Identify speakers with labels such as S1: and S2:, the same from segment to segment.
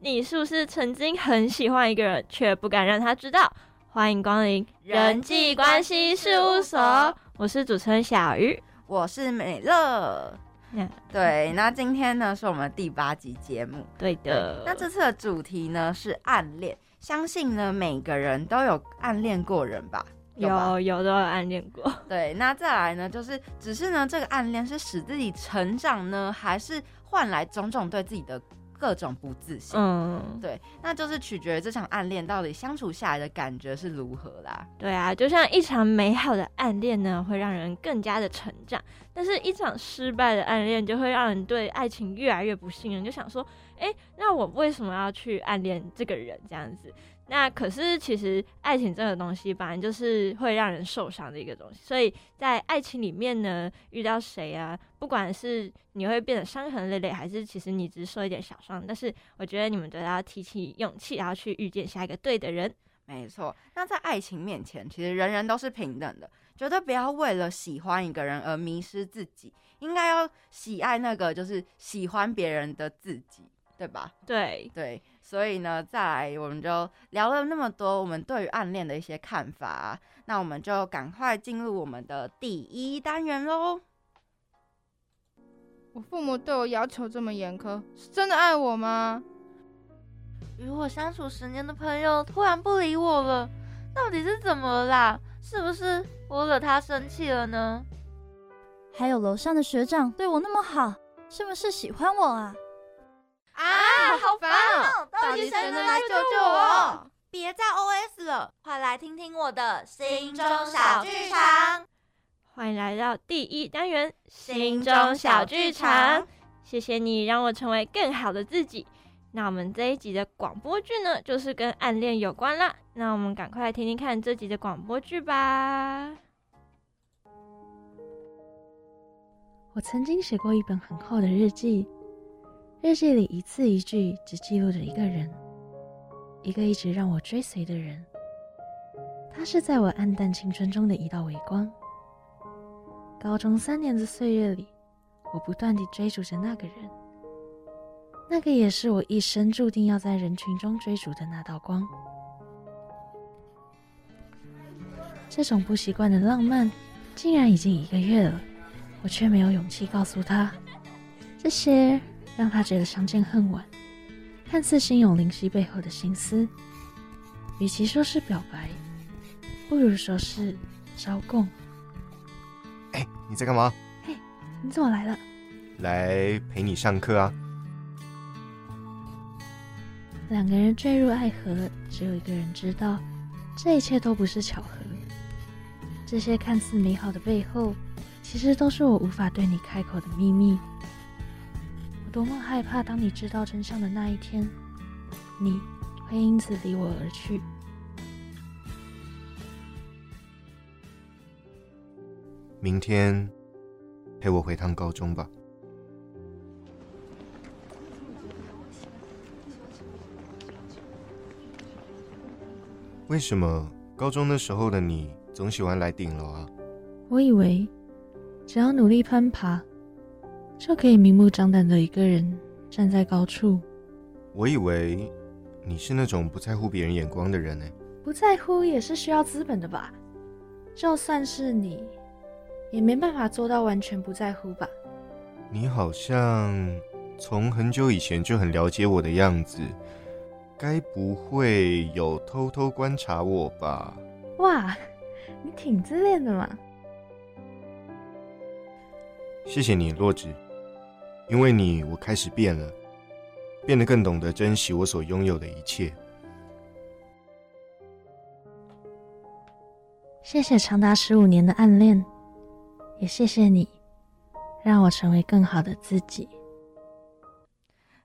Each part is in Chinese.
S1: 你是不是曾经很喜欢一个人，却不敢让他知道？欢迎光临人际关系事务 所，我是主持人小鱼。
S2: 我是美乐。
S1: 嗯
S2: 对，那今天呢是我们第八集节目。
S1: 对的
S2: 对，那这次的主题呢是暗恋，相信呢每个人都有暗恋过人吧？吧
S1: 有有都有暗恋过，
S2: 对，那再来呢就是，只是呢这个暗恋是使自己成长呢，还是换来种种对自己的各种不自信？
S1: 嗯，
S2: 对，那就是取决于这场暗恋到底相处下来的感觉是如何啦。
S1: 对啊，就像一场美好的暗恋呢，会让人更加的成长，但是一场失败的暗恋就会让人对爱情越来越不信任，就想说，哎，那我为什么要去暗恋这个人这样子？那可是其实爱情这个东西，本来就是会让人受伤的一个东西，所以在爱情里面呢，遇到谁啊，不管是你会变得伤痕累累，还是其实你只是受一点小伤，但是我觉得你们都要提起勇气，然后去遇见下一个对的人。
S2: 没错，那在爱情面前，其实人人都是平等的，绝对不要为了喜欢一个人而迷失自己，应该要喜爱那个就是喜欢别人的自己，对吧？
S1: 对，
S2: 对，所以呢，再来我们就聊了那么多我们对于暗恋的一些看法啊、那我们就赶快进入我们的第一单元喽。
S3: 我父母对我要求这么严苛，是真的爱我吗？
S4: 与我相处十年的朋友突然不理我了，到底是怎么了啦？是不是我惹他生气了呢？
S5: 还有楼上的学长对我那么好，是不是喜欢我啊？
S3: 啊，
S4: 好烦哦
S3: 到底谁能来救救我？
S4: 别再 OS 了，快来听听我的心中小剧场。
S1: 欢迎来到第一单元心中小剧场。谢谢你让我成为更好的自己。那我们这一集的广播剧呢，就是跟暗恋有关啦。那我们赶快来听听看这集的广播剧吧。
S6: 我曾经写过一本很厚的日记，日记里一字一句只记录着一个人，一个一直让我追随的人。他是在我暗淡青春中的一道微光。高中三年的岁月里，我不断地追逐着那个人，那个也是我一生注定要在人群中追逐的那道光。这种不习惯的浪漫，竟然已经一个月了。我却没有勇气告诉他。这些让他觉得相见恨晚，看似心有灵犀背后的心思。与其说是表白，不如说是招供。
S7: 哎，你在干嘛？
S6: 你怎么来了？
S7: 来陪你上课啊！
S6: 两个人坠入爱河，只有一个人知道，这一切都不是巧合。这些看似美好的背后，其实都是我无法对你开口的秘密。我多么害怕，当你知道真相的那一天，你会因此离我而去。
S7: 明天陪我回趟高中吧。为什么高中那时候的你总喜欢来顶楼啊？
S6: 我以为，只要努力攀爬，就可以明目张胆的一个人站在高处，
S7: 我以为你是那种不在乎别人眼光的人呢、
S6: 不在乎也是需要资本的吧？就算是你，也没办法做到完全不在乎吧？
S7: 你好像从很久以前就很了解我的样子，该不会有偷偷观察我吧？
S6: 哇，你挺自恋的嘛！
S7: 谢谢你，洛枳，因为你，我开始变了，变得更懂得珍惜我所拥有的一切。
S6: 谢谢长达十五年的暗恋，也谢谢你，让我成为更好的自己。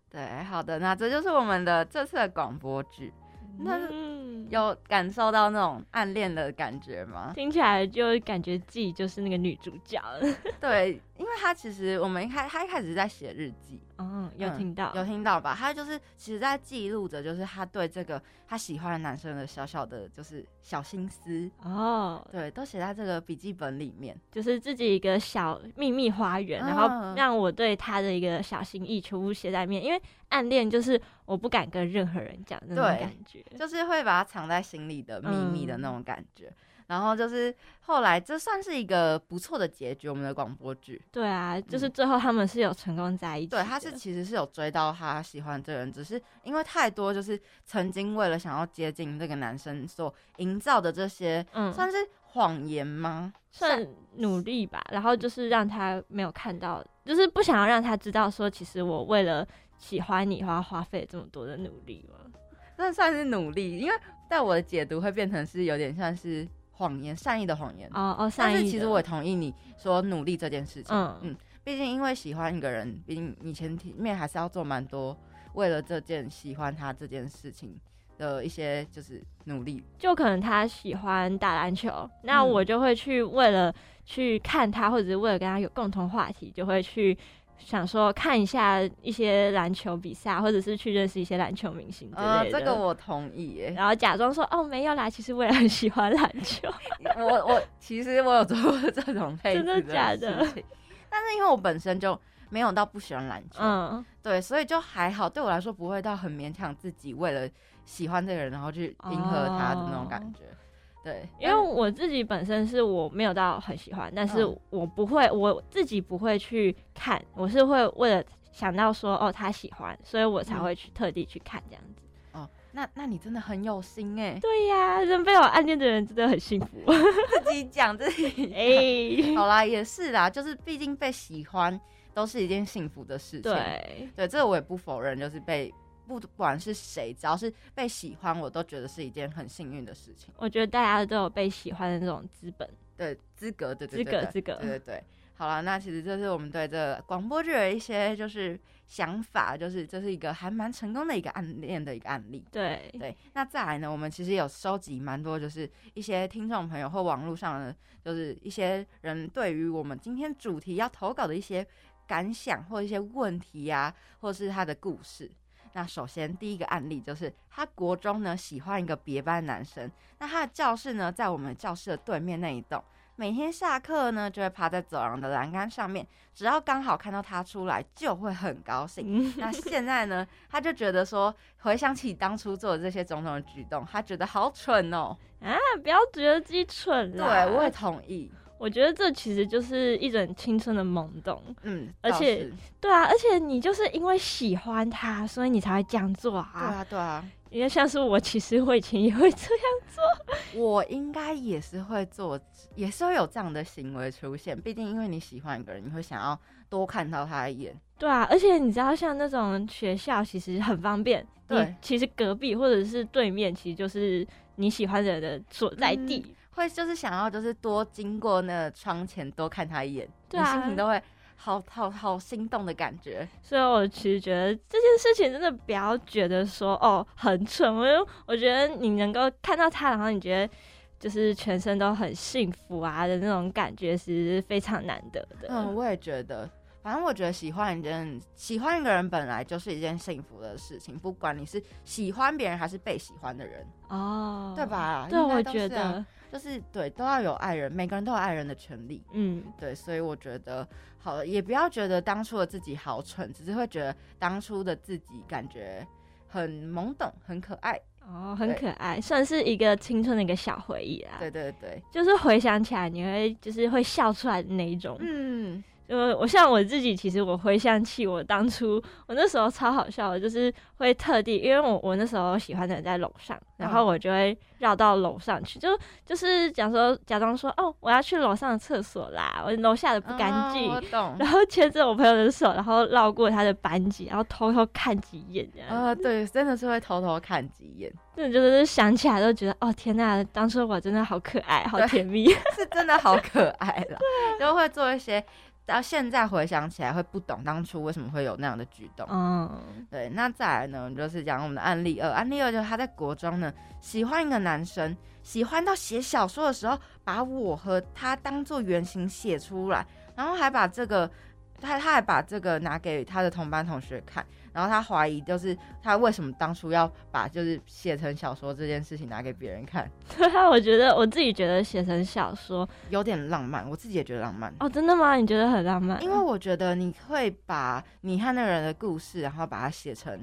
S2: 对，好的，那这就是我们的这次的广播剧，那
S1: 嗯，
S2: 有感受到那种暗恋的感觉吗？
S1: 听起来就感觉自己就是那个女主角了。
S2: 对，因为他其实我们一开他一开始是在写日记，
S1: 嗯，有
S2: 嗯
S1: 听到，
S2: 有听到吧？他就是其实在记录着，就是他对这个他喜欢的男生的小小的，就是小心思，
S1: 哦，
S2: 对，都写在这个笔记本里面。
S1: 就是自己一个小秘密花园，然后
S2: 嗯
S1: 让我对他的一个小心意全部写在面，因为暗恋就是我不敢跟任何人讲的那种
S2: 对嗯
S1: 感觉，
S2: 就是会把它藏在心里的秘密的那种感觉。然后就是后来，这算是一个不错的结局。我们的广播剧，
S1: 对啊，就是
S2: 嗯
S1: 最后他们是有成功在一起的，
S2: 对，他是其实是有追到他喜欢这个人，只是因为太多就是曾经为了想要接近这个男生所营造的这些，
S1: 嗯
S2: 算是谎言吗？
S1: 算努力吧，然后就是让他没有看到，就是不想要让他知道说，其实我为了喜欢你，花花费这么多的努力嘛。
S2: 那算是努力，因为在我的解读会变成是有点像是谎言，善意的谎言。
S1: 哦哦，
S2: 但
S1: 善意
S2: 是
S1: 的
S2: 其实我也同意你说努力这件事情，
S1: 嗯
S2: 嗯毕竟因为喜欢一个人，毕竟你前提面还是要做蛮多为了这件喜欢他这件事情的一些就是努力。
S1: 就可能他喜欢打篮球，那
S2: 嗯
S1: 我就会去为了去看他，或者是为了跟他有共同话题，就会去想说看一下一些篮球比赛，或者是去认识一些篮球明星之
S2: 啊、
S1: 类的。
S2: 这个我同意 耶。
S1: 然后假装说哦没有啦，其实我也很喜欢篮 球。
S2: 我我其实我有做过这种类似
S1: 真的假
S2: 事
S1: 的
S2: 情，但是因为我本身就没有到不喜欢篮球，
S1: 嗯，
S2: 对，所以就还好，对我来说不会到很勉强自己为了喜欢这个人，然后去迎合他的那种感觉。对，
S1: 因为我自己本身是我没有到很喜欢，但是
S2: 嗯
S1: 我不会，我自己不会去看，我是会为了想到说哦他喜欢，所以我才
S2: 嗯
S1: 会去特地去看这样子。
S2: 哦，那那你真的很有心哎，
S1: 对呀、人被我暗恋的人真的很幸 福。
S2: 自己讲自己
S1: 哎、
S2: 好啦，也是啦，就是毕竟被喜欢都是一件幸福的事情。，
S1: 对，
S2: 对，这个我也不否认，就是被不管是谁，只要是被喜欢，我都觉得是一件很幸运的事情。
S1: 我觉得大家都有被喜欢的那种资本、
S2: 对，资格，对
S1: 资
S2: 对对
S1: 格、
S2: 对
S1: 资格
S2: 对。对对。好了，那其实这是我们对这个广播剧的一些就是想法，就是这是一个还蛮成功的一个暗恋的一个案例。
S1: 对，
S2: 对，那再来呢，我们其实有收集蛮多，就是一些听众朋友或网络上的，就是一些人对于我们今天主题要投稿的一些感想或一些问题呀、或是他的故事。那首先第一个案例就是，他国中呢喜欢一个别班男生，那他的教室呢在我们教室的对面那一栋。每天下课呢，就会趴在走廊的栏杆上面，只要刚好看到他出来，就会很高兴。
S1: 嗯，
S2: 那现在呢，他就觉得说，回想起当初做的这些种种的举动，他觉得好蠢哦。
S1: 那不要觉得自己蠢
S2: 对，
S1: 啦。
S2: 我也同意。
S1: 我觉得这其实就是一种青春的懵懂。
S2: 嗯，
S1: 而
S2: 倒
S1: 且
S2: 是
S1: 对啊，而且你就是因为喜欢他，所以你才会这样做
S2: 对
S1: 啊。
S2: 啊，对啊，
S1: 因为像是我，其实我以前也会这样。
S2: 我应该也是会做，也是会有这样的行为出现。毕竟因为你喜欢一个人，你会想要多看到他一眼。
S1: 对啊，而且你知道，像那种学校其实很方便。
S2: 对
S1: 你其实隔壁或者是对面，其实就是你喜欢的人的所在
S2: 嗯
S1: 地。
S2: 会就是想要就是多经过那个窗前多看他一眼，
S1: 对啊
S2: 你心情都会好好好心动的感觉。
S1: 所以我其实觉得这件事情真的不要觉得说哦很蠢，我就我觉得你能够看到他，然后你觉得就是全身都很幸福啊的那种感觉，其实是非常难得的。
S2: 嗯，我也觉得。反正我觉得喜欢一件喜欢一个人本来就是一件幸福的事情，不管你是喜欢别人还是被喜欢的人，
S1: 哦，
S2: 对？吧？
S1: 对，
S2: 应该
S1: 我
S2: 都是
S1: 觉
S2: 啊
S1: 得，
S2: 就是对都要有爱人，每个人都有爱人的权利。
S1: 嗯，
S2: 对，所以我觉得好了，也不要觉得当初的自己好蠢，只是会觉得当初的自己感觉很懵懂、很可爱。
S1: 哦，很
S2: 对
S1: 可爱，算是一个青春的一个小回忆啦。
S2: 对对对，
S1: 就是回想起来，你会就是会笑出来的那一种。
S2: 嗯，
S1: 呃，我像我自己，其实我回想起我当初，我那时候超好笑的，就是会特地，因为我我那时候喜欢的人在楼上，
S2: 嗯
S1: 然后我就会绕到楼上去，就就是讲说假装说哦，我要去楼上的厕所啦，我楼下的不干净，
S2: 啊我懂。
S1: 然后牵着我朋友的手，然后绕过他的班级，然后偷偷看几眼，这样，
S2: 啊、对，真的是会偷偷看几眼，
S1: 真的就是想起来都觉得哦天呐，当初我真的好可爱，好
S2: 对
S1: 甜 蜜。
S2: 是真的好可爱啦，就会做一些到现在回想起来会不懂当初为什么会有那样的举动。
S1: 嗯，
S2: 对，那再来呢，就是讲我们的案例二，案例二就是他在国中呢喜欢一个男生，喜欢到写小说的时候把我和他当做原型写出来，然后还把这个他他还把这个拿给他的同班同学看，然后他怀疑就是他为什么当初要把就是写成小说这件事情拿给别人看，
S1: 对啊，我觉得我自己觉得写成小说
S2: 有点浪漫，我自己也觉得浪漫。
S1: 哦，真的吗？你觉得很浪漫？
S2: 因为我觉得你会把你和那个人的故事，然后把它写成，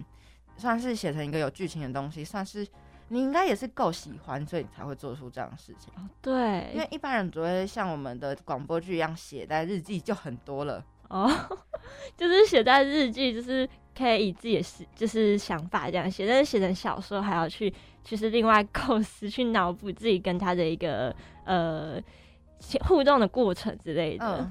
S2: 算是写成一个有剧情的东西，算是你应该也是够喜欢，所以你才会做出这样的事情。因
S1: 对
S2: 为一般人只会像我们的广播剧一样写，但日记就很多了。
S1: 哦， 就是写在日记，就是可以以自己的思就是想法这样写，但是写成小说还要去其实另外构思，去脑补自己跟他的一个呃互动的过程之类的。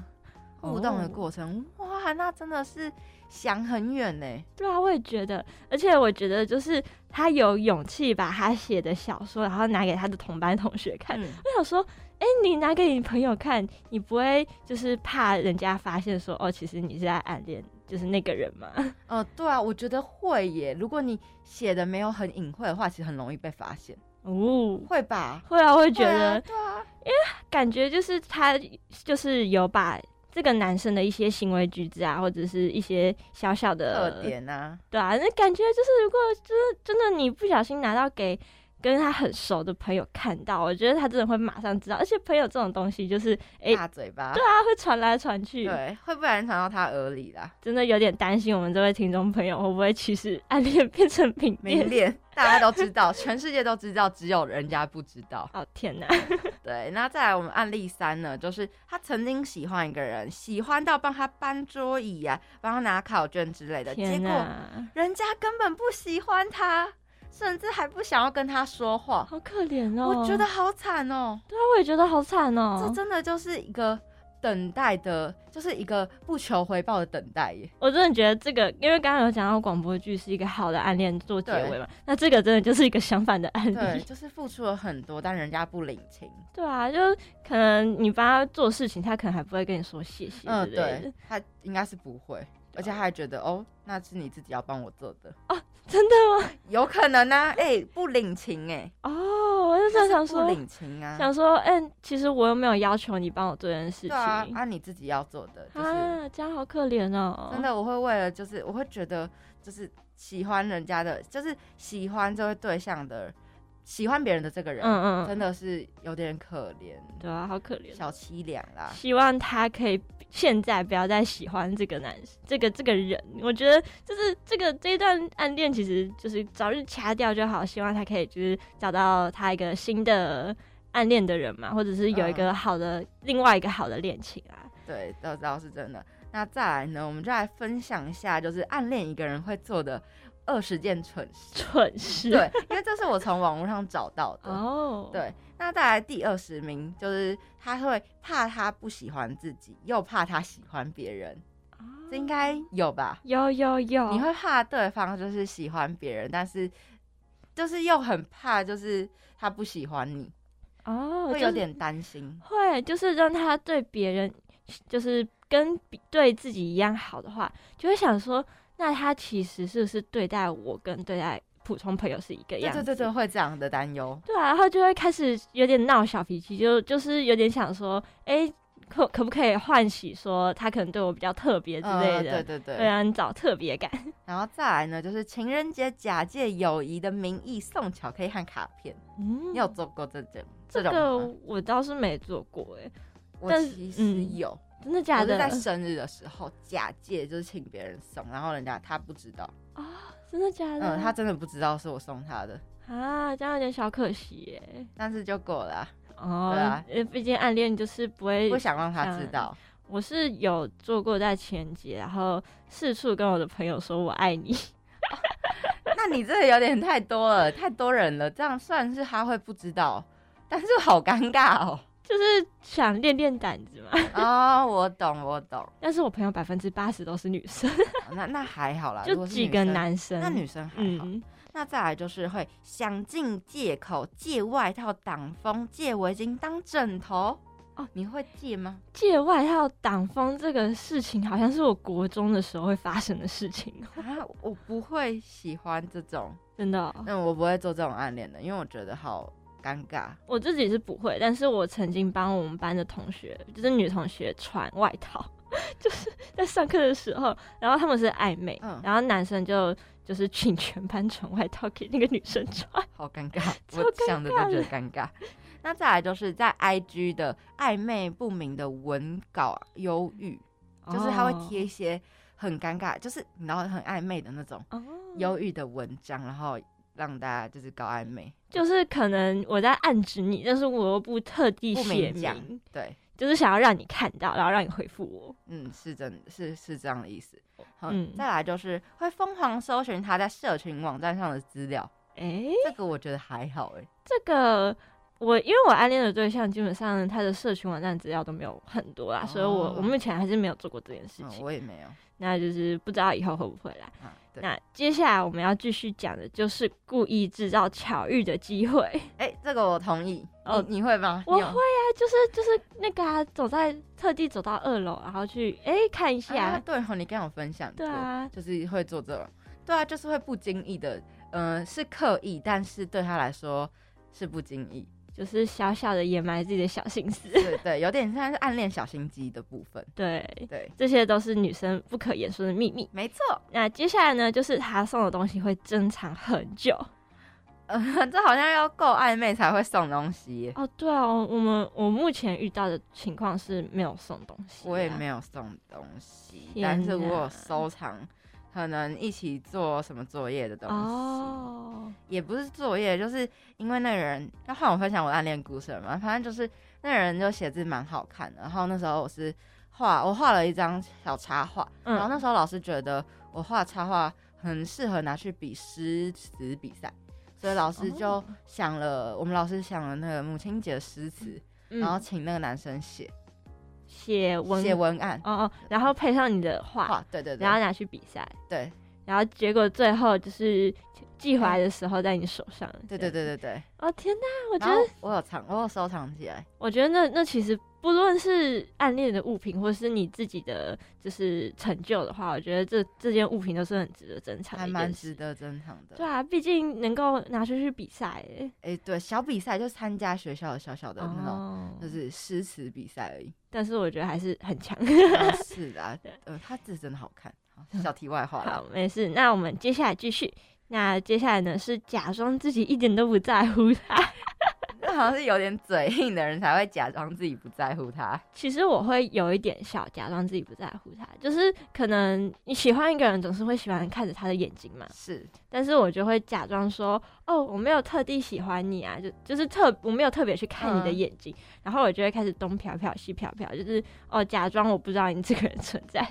S2: 嗯，互动的
S1: 哦
S2: 过程，哇，那真的是想很远 呢。
S1: 对啊，我也觉得，而且我觉得就是他有勇气把他写的小说，然后拿给他的同班同学看。
S2: 嗯，
S1: 我想说，哎、你拿给你朋友看，你不会就是怕人家发现说，哦，其实你是在暗恋就是那个人吗？
S2: 呃，对啊，我觉得会耶。如果你写的没有很隐晦的话，其实很容易被发现，
S1: 哦，
S2: 会吧？
S1: 会啊，我也觉
S2: 会
S1: 得
S2: 啊，对啊，
S1: 感觉就是他就是有把这个男生的一些行为举止啊，或者是一些小小的
S2: 特，点啊，
S1: 对啊，那感觉就是如果就是真的你不小心拿到给跟他很熟的朋友看到，我觉得他真的会马上知道，而且朋友这种东西就是哎、
S2: 大嘴巴，
S1: 他会传来传去，
S2: 啊对，会不然传到他耳里啦。
S1: 真的有点担心我们这位听众朋友会不会其实 暗恋变成明
S2: 明
S1: 恋。
S2: 恋，大家都知道，全世界都知道，只有人家不知道。
S1: 哦天哪！
S2: 对，那再来我们案例三呢，就是他曾经喜欢一个人，喜欢到帮他搬桌椅啊，帮他拿考卷之类的，结
S1: 天
S2: 果
S1: 哪，
S2: 人家根本不喜欢他，甚至还不想要跟他说话。
S1: 好可怜哦！
S2: 我觉得，好惨哦，
S1: 对啊，我也觉得好惨哦。
S2: 这真的就是一个等待的，就是一个不求回报的等待 耶。
S1: 我真的觉得这个，因为刚刚有讲到广播剧是一个好的暗恋做结尾嘛，那这个真的就是一个相反的案
S2: 对，
S1: 例。
S2: 就是付出了很多，但人家不领情。
S1: 对啊，就可能你帮他做事情，他可能还不会跟你说谢谢之
S2: 嗯，
S1: 类的。啊
S2: 对，他应该是不会，而且他还觉得哦，那是你自己要帮我做的，
S1: 哦真的吗？
S2: 有可能呢、啊。哎、不领情哎、
S1: 哦，我就想
S2: 他是
S1: 想
S2: 不
S1: 说，
S2: 领情啊，
S1: 想说，嗯、其实我又没有要求你帮我做这件事
S2: 对
S1: 情
S2: 啊，啊你自己要做的，就是、
S1: 啊这样好可怜哦。
S2: 真，的，我会为了就是我会觉得就是喜欢人家的，就是喜欢这位对象的，喜欢别人的这个人，
S1: 嗯嗯，
S2: 真的是有点可怜，
S1: 对啊，好可怜。
S2: 小凄凉啦。
S1: 希望他可以现在不要再喜欢这个男生，这个这个人。我觉得就是这个这一段暗恋，其实就是早日掐掉就好。希望他可以就是找到他一个新的暗恋的人嘛，或者是有一
S2: 嗯
S1: 个好的、另外一个好的恋情 啊。
S2: 对，都知道是真的。那再来呢，我们就来分享一下，就是暗恋一个人会做的二十件蠢事。
S1: 蠢事，
S2: 对，因为这是我从网络上找到的。
S1: 哦，，
S2: 对，那再来第二十名就是他会怕他不喜欢自己，又怕他喜欢别人，这应该有吧？
S1: 哦有有有，
S2: 你会怕对方就是喜欢别人，但是就是又很怕就是他不喜欢你，
S1: 哦，
S2: 会
S1: 就
S2: 有
S1: 是
S2: 点担心。
S1: 会，就是让他对别人，就是跟比对自己一样好的话，就会想说，那他其实是不是对待我跟对待普通朋友是一个
S2: 对
S1: 样
S2: 对
S1: 子？
S2: 对对，会这样的担忧。
S1: 对啊，然后就会开始有点闹小脾气，就就是有点想说，哎、可可不可以唤起说他可能对我比较特别之类
S2: 呃
S1: 的？
S2: 对对对。
S1: 对啊，你找特别感。
S2: 然后再来呢，就是情人节假借友谊的名义送巧克力和卡片，
S1: 嗯
S2: 你有做过这种
S1: 这
S2: 种
S1: 个
S2: 吗？
S1: 嗯我倒是没做过、诶，
S2: 我
S1: 但是
S2: 其实
S1: 嗯
S2: 有，
S1: 真的
S2: 我
S1: 假
S2: 是
S1: 的？
S2: 在生日的时候假借就是请别人送，然后人家他不知道，
S1: 真的假的？
S2: 嗯，他真的不知道是我送他的，
S1: 啊，这样有点小可惜耶、
S2: 但是就过了啊、
S1: 哦，
S2: 对啊
S1: 呃，毕竟暗恋就是不会
S2: 不想让他知道。
S1: 我是有做过在情人节，然后四处跟我的朋友说我爱你。
S2: 那你这个有点太多了，太多人了，这样算是他会不知道，但是好尴尬哦。
S1: 就是想练练胆子嘛，
S2: 哦，我懂，我懂，
S1: 但是我朋友百分之八十都是女生，
S2: 那那还好啦，如
S1: 就
S2: 果是
S1: 几
S2: 女
S1: 个
S2: 生，
S1: 男生。
S2: 那女生还好。
S1: 嗯，
S2: 那再来就是会想尽借口借外套挡风，借围巾当枕头。哦，你会借吗？
S1: 借外套挡风这个事情，好像是我国中的时候会发生的事情，哦
S2: 啊，我不会喜欢这种，
S1: 真的哦、
S2: 嗯，我不会做这种暗恋的，因为我觉得好尴尬。
S1: 我自己是不会，但是我曾经帮我们班的同学，就是女同学穿外套， 就是在上课的时候，然后他们是暧昧，
S2: 嗯
S1: 然后男生就就是请全班传外套给那个女生穿，
S2: 好尴 尬，
S1: 超
S2: 我
S1: 尴
S2: 想的都
S1: 尬
S2: 觉得
S1: 的
S2: 尴尬。那再来就是在 IG 的暧昧不明的文稿忧郁， 就是他
S1: 哦
S2: 会贴一些很尴尬，就是然后很暧昧的那种
S1: 哦，
S2: 忧郁的文章，然后让大家就是搞暧昧，
S1: 就是可能我在暗指你，但是我又不特地
S2: 不
S1: 写
S2: 明讲
S1: 明，，
S2: 对，
S1: 就是想要让你看到，然后让你回复我。
S2: 嗯，是真是是这样的意思。好，
S1: 嗯
S2: 再来就是会疯狂搜寻他在社群网站上的资料，
S1: 哎、
S2: 这个我觉得还好哎、
S1: 这个我因为我暗恋的对象基本上他的社群网站资料都没有很多啦，所以我
S2: 哦
S1: 我目前还是没有做过这件事
S2: 嗯，
S1: 情。
S2: 我也没有，
S1: 那就是不知道以后会不会来。
S2: 啊，对，
S1: 那接下来我们要继续讲的就是故意制造巧遇的机会。
S2: 哎、这个我同意，
S1: 哦
S2: 你你会吗？你
S1: 我会
S2: 有
S1: 啊，就是就是那个、啊、走在特地走到二楼，然后去哎、看一下。
S2: 啊、对哦，你刚有分享过，
S1: 对啊
S2: 就是会做这种，对啊，就是会不经意的，嗯、是刻意，但是对他来说是不经意，
S1: 就是小小的掩埋自己的小心思，
S2: 对对，有点像是暗恋小心机的部分，
S1: 对，
S2: 对，
S1: 这些都是女生不可言说的秘密。
S2: 没错，
S1: 那接下来呢，就是他送的东西会珍藏很久。
S2: 嗯、这好像要够暧昧才会送东西耶，
S1: 哦，对哦，我们我目前遇到的情况是没有送东西、
S2: 我也没。有送东西，
S1: 啊天
S2: 但是我有
S1: 哪
S2: 收藏，可能一起做什么作业的东西，
S1: 哦，
S2: 也不是作业，就是因为那个人要换我分享我的暗恋故事了嘛，反正就是那个人就写字蛮好看的，然后那时候我是画，我画了一张小插画，
S1: 嗯
S2: 然后那时候老师觉得我画插画很适合拿去比诗词比赛，所以老师就
S1: 哦
S2: 想了，我们老师想了那个母亲节诗词，
S1: 嗯
S2: 然后请那个男生写
S1: 写文
S2: 写文案
S1: 哦哦，然后配上你的画，
S2: 画，对对对
S1: 然后，拿去比赛，
S2: 对
S1: 然后结果最后就是寄回来的时候在你手上。
S2: 对对对对对，
S1: 哦天哪，我觉
S2: 然
S1: 得
S2: 后我有藏，我有收藏起来，
S1: 我觉得那那其实不论是暗恋的物品，或是你自己的就是成就的话，我觉得这这件物品都是很值得珍藏的
S2: 还
S1: 一件事，
S2: 蛮值得珍藏的
S1: 对。啊，毕竟能够拿出去比赛欸，
S2: 哎、对，小比赛就参加学校的小小的那种，
S1: 哦
S2: 就是诗词比赛 而已。
S1: 但是我觉得还是很强。
S2: 啊是的啊，呃，他字真的好看。 好，啊小题外话
S1: 好
S2: 了。，
S1: 没事，那我们接下来继续。那接下来呢是假装自己一点都不在乎他。
S2: 那好像是有点嘴硬的人才会假装自己不在乎他。
S1: 其实我会有一点小假装自己不在乎他，就是可能你喜欢一个人，总是会喜欢看着他的眼睛嘛。
S2: 是，
S1: 但是我就会假装说，哦，我没有特地喜欢你啊，就就是特我没有特别去看你的
S2: 嗯
S1: 眼睛，然后我就会开始东瞟瞟西瞟瞟，就是哦，假装我不知道你这个人存在。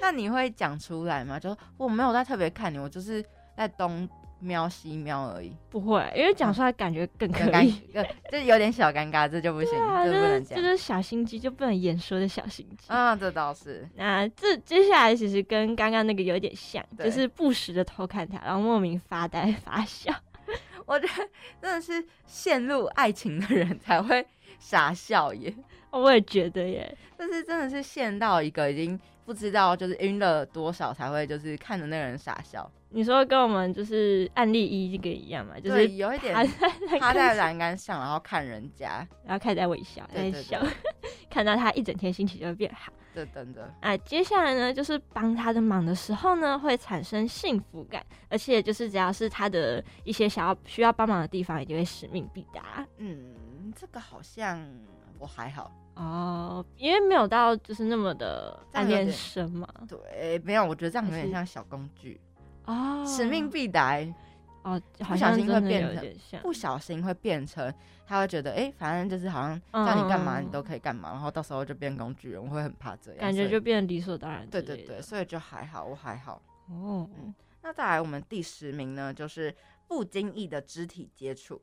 S2: 那你会讲出来吗？就我没有在特别看你，我就是在东瞄西瞄而已。
S1: 不会，因为
S2: 嗯
S1: 讲出来感觉更
S2: 尴
S1: 可以。
S2: 尬，呃这有点小尴尬，这就不行，
S1: 对啊，
S2: 这
S1: 就
S2: 不
S1: 是
S2: 能
S1: 这
S2: 讲
S1: 就。是小心机，就不能言说的小心机。
S2: 啊，这倒是。
S1: 那这接下来其实跟刚刚那个有点像，
S2: 对
S1: 就是不时的偷看他，然后莫名发呆 发笑。
S2: 我觉得真的是陷入爱情的人才会傻笑耶。
S1: 我也觉得耶，
S2: 就是真的是陷到一个已经不知道就是晕了多少才会就是看着那个人傻笑，
S1: 你说跟我们就是案例一这个一样嘛，就
S2: 对，
S1: 是
S2: 有一点
S1: 趴在
S2: 趴
S1: 栏
S2: 在
S1: 杆
S2: 栏杆上，然后看人家，
S1: 然后开始在微笑，
S2: 对
S1: 在
S2: 对
S1: 笑
S2: 对，
S1: 看到他一整天心情就会变好。
S2: 这等着
S1: 啊，接下来呢，就是帮他的忙的时候呢，会产生幸福感，而且就是只要是他的一些想要需要帮忙的地方，一定会使命必达。
S2: 嗯，这个好像我还好，
S1: 哦，因为没有到就是那么的
S2: 这
S1: 暗
S2: 样有
S1: 恋
S2: 点
S1: 深嘛。
S2: 啊对，没有，我觉得这样有
S1: 还
S2: 点
S1: 是
S2: 像小工具，
S1: 哦，
S2: 使命必达，
S1: 哦，好
S2: 小
S1: 像
S2: 心
S1: 真
S2: 会
S1: 的
S2: 变
S1: 有
S2: 成
S1: 点像。
S2: 不小心会变成他会觉得，哎，反正就是好像叫你干
S1: 嗯
S2: 嘛
S1: 嗯嗯
S2: 你都可以干嘛，然后到时候就变工具人，我会很怕这样，
S1: 感觉
S2: 所以
S1: 就变得理所当然之
S2: 对
S1: 类的。
S2: 对对，所以就还好，我还好。
S1: 哦，
S2: 那再来我们第十名呢，就是不经意的肢体接触。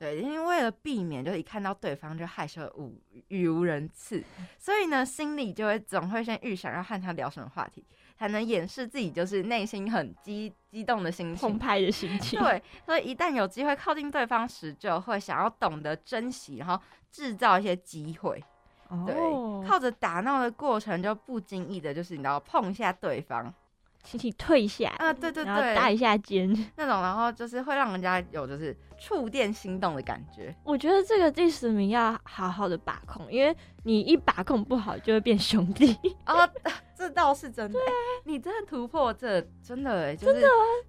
S2: 对，因为为了避免就是一看到对方就害羞得无语无伦次，
S1: 嗯
S2: 所以呢，心里就会总会先预想要和他聊什么话题，才能掩饰自己就是内心很激激动的心
S1: 澎
S2: 情。
S1: 湃的心情。
S2: 对，所以一旦有机会靠近对方时，就会想要懂得珍惜，然后制造一些机会。对，
S1: 哦，
S2: 靠着打闹的过程，就不经意的，就是你知道碰一下对方，
S1: 轻轻退下
S2: 啊，对对
S1: 然后
S2: 对，
S1: 搭一下肩。
S2: 那种，然后就是会让人家有就是触电心动的感觉。
S1: 我觉得这个第十名要好好的把控，因为你一把控不好就会变兄弟。
S2: 啊， 这倒是真的。欸你真的突破这，真的哎，就是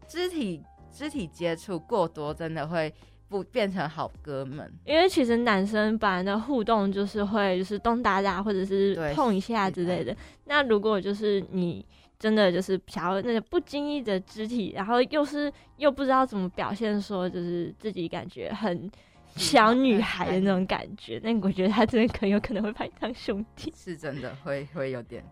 S2: 肢体肢体接触过多，真的会不变成好哥们。
S1: 因为其实男生本来的互动就是会就是东打打或者是
S2: 对
S1: 碰一下之类的。那如果就是你真的就是想要那个不经意的肢体，然后又是又不知道怎么表现，说就是自己感觉很小女孩
S2: 嗯
S1: 的那种感觉，那我觉得他真的很有可能会把你当兄弟。
S2: 是真的会会有点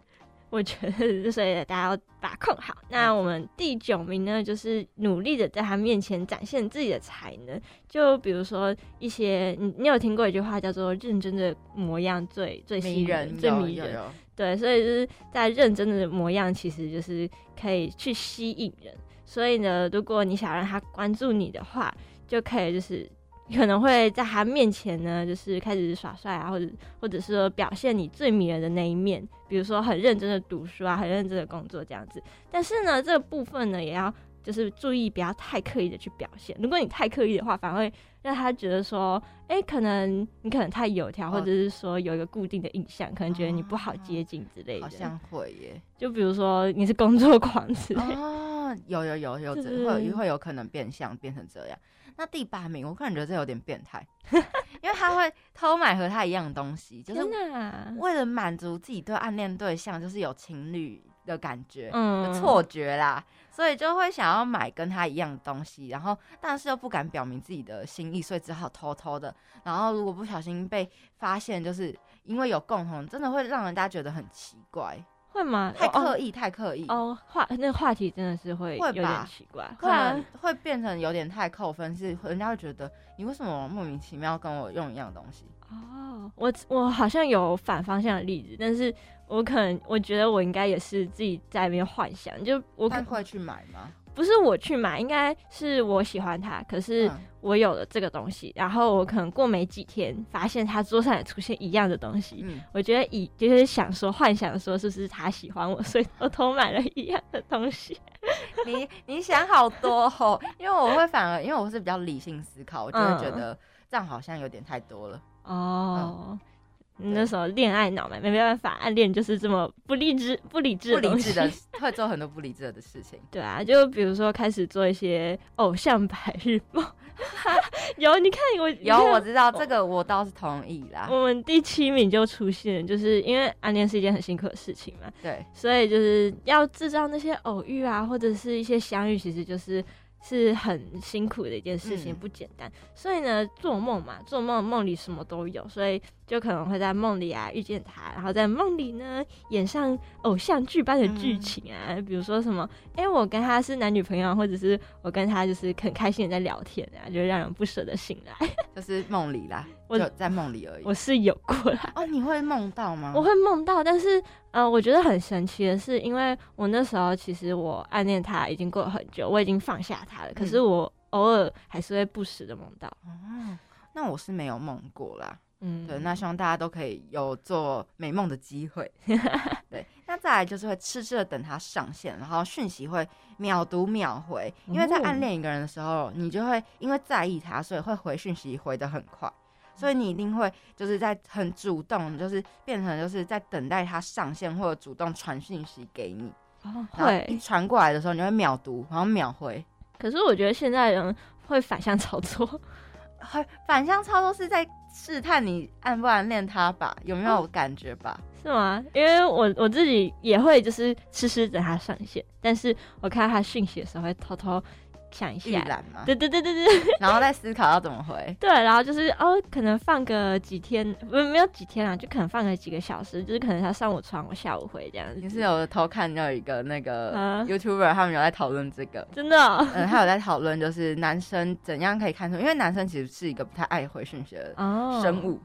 S1: 我觉得，所以大家要把控好。那我们第九名呢，就是努力的在他面前展现自己的才能。就比如说一些，你你有听过一句话叫做“认真的模样最最吸
S2: 迷
S1: 引
S2: 人，
S1: 最
S2: 有
S1: 迷
S2: 有
S1: 人”。
S2: 有
S1: 对，所以就是在认真的模样，其实就是可以去吸引人。所以呢，如果你想让他关注你的话，就可以就是可能会在他面前呢，就是开始耍帅啊，或者或者是说表现你最迷人的那一面，比如说很认真的读书啊，很认真的工作这样子。但是呢，这个部分呢，也要就是注意不要太刻意的去表现。如果你太刻意的话，反而会让他觉得说，哎、可能你可能太油条，
S2: 哦
S1: 或者是说有一个固定的印象，可能觉得你不好
S2: 哦
S1: 接近之类
S2: 好
S1: 的。
S2: 像会 耶。
S1: 就比如说你是工作狂之类 的，
S2: 哦，有有有有，
S1: 对
S2: 这
S1: 对
S2: 会
S1: 对
S2: 会有可能变相变成这样。那第八名，我个人觉得这有点变 态，因为他会偷买和他一样的东西，就是
S1: 天哪，
S2: 为了满足自己对暗恋对象就是有情侣的感觉，
S1: 嗯
S2: 有错觉啦，所以就会想要买跟他一样的东西，然后但是又不敢表明自己的心意，所以只好偷偷的。然后如果不小心被发现，就是因为有共同，真的会让人家觉得很奇怪，
S1: 会吗？
S2: 太
S1: 哦
S2: 刻意，太刻意。
S1: 哦，话那话题真的是会
S2: 会
S1: 有点
S2: 吧
S1: 奇怪，
S2: 可
S1: 会
S2: 能
S1: 啊
S2: 会变成有点太扣分，是人家会觉得你为什么莫名其妙跟我用一样的东西？
S1: 哦，我我好像有反方向的例子，但是我可能我觉得我应该也是自己在那边幻想，就我可
S2: 但会去买吗？
S1: 不是我去买，应该是我喜欢它，可是
S2: 嗯
S1: 我有了这个东西，然后我可能过没几天发现他桌上也出现一样的东西，
S2: 嗯，
S1: 我觉得以就是想说幻想说是不是他喜欢我，所以偷偷买了一样的东西。
S2: 你你想好多哦，因为我会反而因为我是比较理性思考，我就
S1: 嗯
S2: 会觉得这样好像有点太多了。
S1: 哦，那时候恋爱脑嘛，没办法，暗恋就是这么不理智、不理智的
S2: 不理
S1: 东
S2: 智
S1: 西。
S2: 的 会做很多不理智的 事情，
S1: 对啊，就比如说开始做一些偶像白日梦， 有你看我你
S2: 有
S1: 看
S2: 我知道这
S1: 哦
S2: 个我倒是同意啦，
S1: 我们第七名就出现，就是因为暗恋是一件很辛苦的事情嘛，
S2: 对，
S1: 所以就是要制造那些偶遇啊，或者是一些相遇，其实就是是很辛苦的一件事情，
S2: 嗯
S1: 不简单。所以呢，做梦嘛，做梦梦里什么都有，所以就可能会在梦里啊遇见他，然后在梦里呢演上偶像剧般的剧情啊，比如说什么，哎、我跟他是男女朋友啊，或者是我跟他就是很开心的在聊天啊，就让人不舍得醒来。
S2: 就是梦里啦，
S1: 我
S2: 就在梦里而已
S1: 我。是有过啦。
S2: 哦，你会梦到吗？
S1: 我会梦到，但是呃，我觉得很神奇的是，因为我那时候其实我暗恋他已经过了很久，我已经放下他了，可是我偶尔还是会不时的梦到。
S2: 哦，那我是没有梦过啦。
S1: 嗯，
S2: 对，那希望大家都可以有做美梦的机会。 对，那再来就是会痴痴的等他上线，然后讯息会秒读秒回，因为在
S1: 哦
S2: 暗恋一个人的时候，你就会因为在意他，所以会回讯息回的很快，所以你一定会就是在很主动，就是变成就是在等待他上线或者主动传讯息给你，
S1: 哦
S2: 然后一
S1: 会，
S2: 传过来的时候，你会秒读，然后秒回，
S1: 可是我觉得现在人会反向操作，
S2: 会反向操作是在试探你暗不暗恋他吧，有没
S1: 哦
S2: 有感觉吧？
S1: 是吗？因为我我自己也会就是痴痴等他上线，但是我看到他讯息的时候会偷偷想一
S2: 预
S1: 下。
S2: 览吗？
S1: 对对对对对
S2: 然后再思考要怎么回。
S1: 对，然后就是哦，可能放个几天，不没有几天啊啦，就可能放个几个小时，就是可能他上午传，我下午回这样子。
S2: 你是有偷看到一个那个
S1: 啊
S2: YouTuber，他们有在讨论这个，
S1: 真的哦、
S2: 嗯，他有在讨论就是男生怎样可以看出，因为男生其实是一个不太爱回讯息的
S1: 哦
S2: 生物，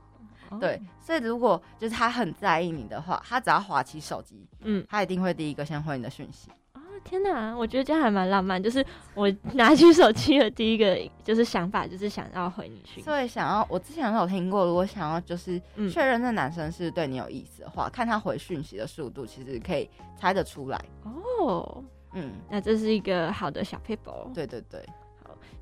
S1: 哦
S2: 对，所以如果就是他很在意你的话，他只要划起手机，
S1: 嗯，
S2: 他一定会第一个先回你的讯息。
S1: 哦天哪，我觉得这样还蛮浪漫。就是我拿起手机的第一个就是想法，就是想要回你 讯息。
S2: 所以想要，我之前有听过，如果想要就是
S1: 嗯
S2: 确认这男生是对你有意思的话，看他回讯息的速度，其实可以猜得出来。
S1: 哦，
S2: 嗯，
S1: 那这是一个好的小 paper。
S2: 对对对，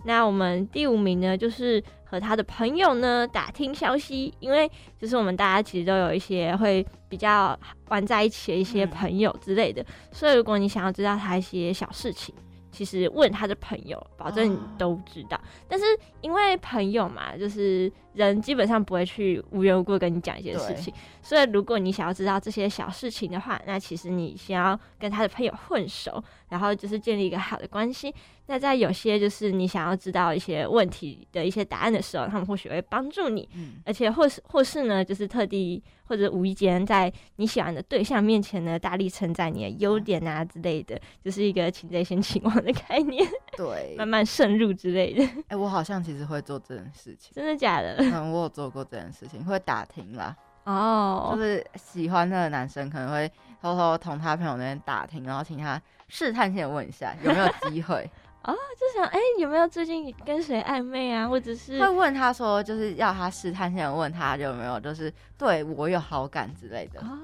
S1: 那我们第五名呢，就是和他的朋友呢打听消息，因为就是我们大家其实都有一些会比较玩在一起的一些
S2: 嗯
S1: 朋友之类的，所以如果你想要知道他一些小事情，其实问他的朋友，保证你
S2: 哦
S1: 都知道。但是因为朋友嘛，就是人基本上不会去无缘无故地跟你讲一些事
S2: 对
S1: 情，所以如果你想要知道这些小事情的话，那其实你先要跟他的朋友混熟，然后就是建立一个好的关系。那在有些就是你想要知道一些问题的一些答案的时候，他们或许会帮助你，
S2: 嗯，
S1: 而且或是或是呢，就是特地或者无意间在你喜欢的对象面前呢，大力称赞你的优点啊之类的，就是一个擒贼先擒王的概念，
S2: 对，
S1: 慢慢渗入之类的，
S2: 哎、我好像其实会做这件事情，
S1: 真的假的？
S2: 嗯，我有做过这件事情，会打听啦，就
S1: 哦，
S2: 是喜欢那个男生可能会偷偷从他朋友那边打听，然后请他试探性地问一下有没有机会，
S1: 就想哎、有没有最近跟谁暧昧啊，或者 是
S2: 会问他说就是要他试探性地问他有没有就是对我有好感之类的，
S1: 哦，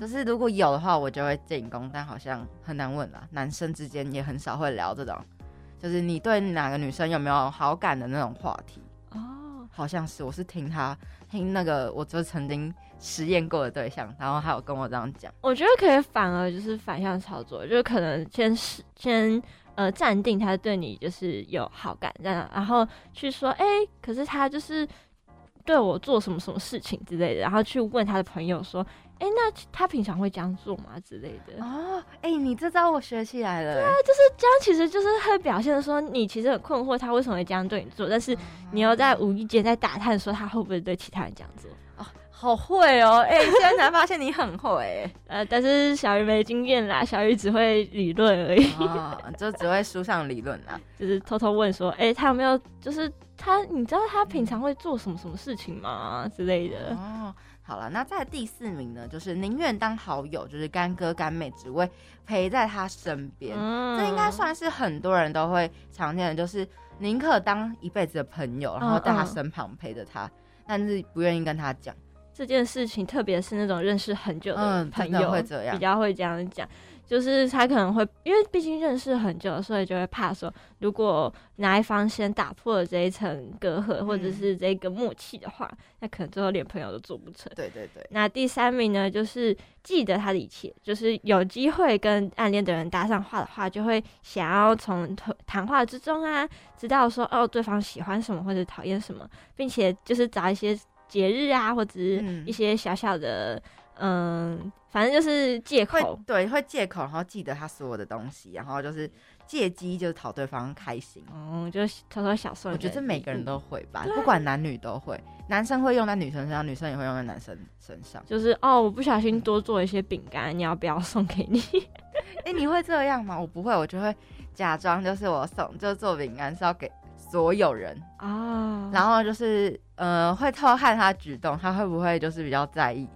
S2: 就是如果有的话我就会进攻，但好像很难问啦，男生之间也很少会聊这种，就是你对哪个女生有没有好感的那种话题。
S1: 哦，
S2: 好像是，我是听他听那个，我就曾经实验过的对象，然后还有跟我这样讲，
S1: 我觉得可以反而就是反向操作，就是可能先是先呃暂定他对你就是有好感，然然后去说，哎、可是他就是对我做什么什么事情之类的，然后去问他的朋友说，哎、那他平常会这样做吗之类的。
S2: 哦，哎、你这招我学起来了、欸，
S1: 这样其实就是会表现说你其实很困惑他为什么会这样对你做，但
S2: 嗯
S1: 是你又在无意间在打探说他会不会对其他人这样做。
S2: 好会哦，哎、现在才发现你很会、欸，
S1: 呃，但是小鱼没经验啦，小鱼只会理论而已。
S2: 啊、就只会书上理论啊啦，
S1: 就是偷偷问说，哎、他有没有就是他，你知道他平常会做什么什么事情吗之类的？
S2: 哦。好了，那在第四名呢，就是宁愿当好友，就是干哥干妹，只为陪在他身边。
S1: 嗯
S2: 这应该算是很多人都会常见的，就是宁可当一辈子的朋友，然后在他
S1: 嗯
S2: 身旁陪着他，但是不愿意跟他讲。
S1: 这件事情，特别是那种认识很久的
S2: 嗯
S1: 朋
S2: 真
S1: 友，
S2: 的会这样
S1: 比较会这样讲。就是他可能会，因为毕竟认识很久，所以就会怕说，如果哪一方先打破了这一层隔阂，或
S2: 嗯
S1: 者是这个默契的话，那可能最后连朋友都做不成。
S2: 对对对，
S1: 那第三名呢，就是记得他的一切，就是有机会跟暗恋的人搭上话的话，就会想要从谈谈话之中啊，知道说哦对方喜欢什么或者讨厌什么，并且就是找一些节日啊，或者是
S2: 嗯
S1: 一些小小的嗯反正就是借
S2: 会
S1: 口。
S2: 对会借口，然后记得他所有的东西，然后就是借机就是讨对方开心。
S1: 嗯，就是偷偷小送。
S2: 我觉得这每个人都会吧，不管男女都会，男生会用在女生身上，女生也会用在男生身上。
S1: 就是哦，我不小心多做一些饼干，你要不要送给你？
S2: 哎、你会这样吗？我不会，我就会假装就是我送，就是做饼干是要给所有人，
S1: 啊，
S2: 然后就是呃会偷看他举动，他会不会就是比较在意？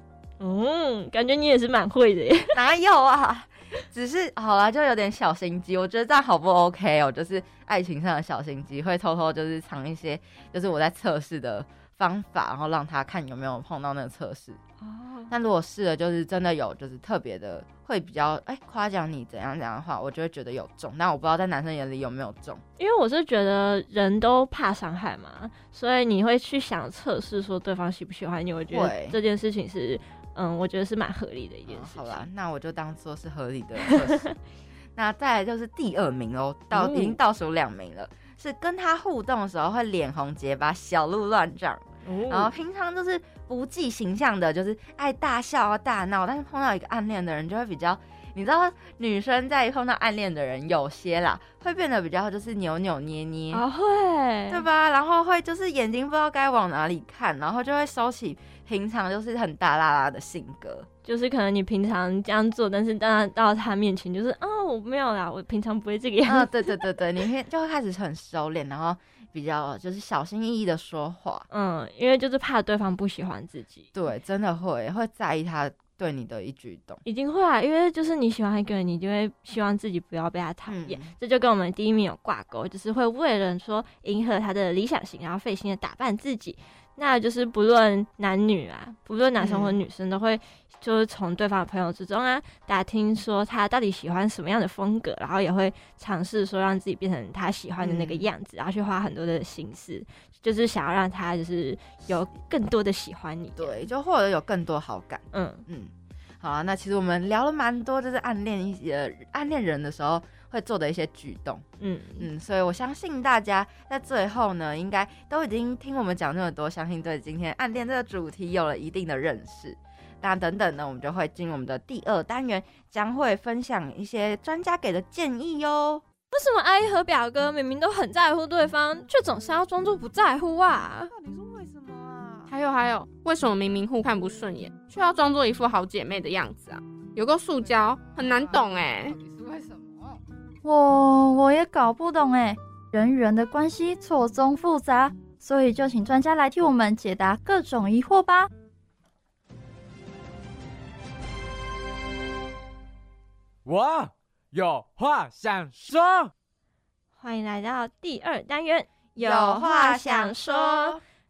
S1: 嗯，感觉你也是蛮会的耶。
S2: 哪有啊？只是好啦，就有点小心机，我觉得这样好不 OK 哦，就是爱情上的小心机，会偷偷就是藏一些，就是我在测试的方法，然后让他看有没有碰到那个测试。
S1: 哦，
S2: 那如果试了，就是真的有，就是特别的会比较哎夸奖你怎样怎样的话，我就会觉得有中。但我不知道在男生眼里有没有中。
S1: 因为我是觉得人都怕伤害嘛，所以你会去想测试说对方喜不喜欢你。我觉得
S2: 会
S1: 这件事情是，嗯，我觉得是蛮合理的一件
S2: 哦
S1: 事情。
S2: 好啦，那我就当做是合理的 测试。那再来就是第二名哦，到
S1: 嗯
S2: 已经倒数两名了，是跟他互动的时候会脸红结巴、小鹿乱撞。
S1: 哦
S2: 然后平常就是不计形象的，就是爱大笑啊大闹，但是碰到一个暗恋的人，就会比较，你知道，女生在碰到暗恋的人，有些啦会变得比较就是扭扭捏捏，
S1: 啊会，
S2: 对？吧？然后会就是眼睛不知道该往哪里看，然后就会收起平常就是很大啦啦的性格，
S1: 就是可能你平常这样做，但是当到他面前就是啊、我没有啦，我平常不会这个样
S2: 啊，
S1: 子。
S2: 对对对对，你会就会开始很收敛，然后比较就是小心翼翼的说话，
S1: 嗯，因为就是怕对方不喜欢自己，
S2: 对，真的会会在意他对你的一举一动。
S1: 一定会啊，因为就是你喜欢一个人，你就会希望自己不要被他讨厌。
S2: 嗯
S1: 这就跟我们第一名有挂钩，就是会为了说迎合他的理想型，然后费心的打扮自己。那就是不论男女啊，不论男生或
S2: 嗯
S1: 女生，都会就是从对方的朋友之中啊，打听说他到底喜欢什么样的风格，然后也会尝试说让自己变成他喜欢的那个
S2: 嗯
S1: 样子，然后去花很多的心思，就是想要让他就是有更多的喜欢你。，啊
S2: 对，就或者有更多好感。
S1: 嗯，
S2: 嗯，好啊，那其实我们聊了蛮多，就是暗恋一些呃暗恋人的时候会做的一些举动。
S1: 嗯嗯，
S2: 嗯，所以我相信大家在最后呢，应该都已经听我们讲这么多，相信对今天暗恋这个主题有了一定的认识。那等等呢，我们就会进入我们的第二单元，将会分享一些专家给的建议哟。
S1: 为什么阿姨和表哥明明都很在乎对方，却总是要装作不在乎啊？
S3: 到底是为什么啊？
S8: 还有还有，为什么明明互看不顺眼，却要装作一副好姐妹的样子啊？有个塑胶，很难懂哎、
S3: 到底是为什么？
S5: 我我也搞不懂哎，人与人的关系错综复杂，所以就请专家来替我们解答各种疑惑吧。
S9: 我有话想说。
S1: 欢迎来到第二单元，。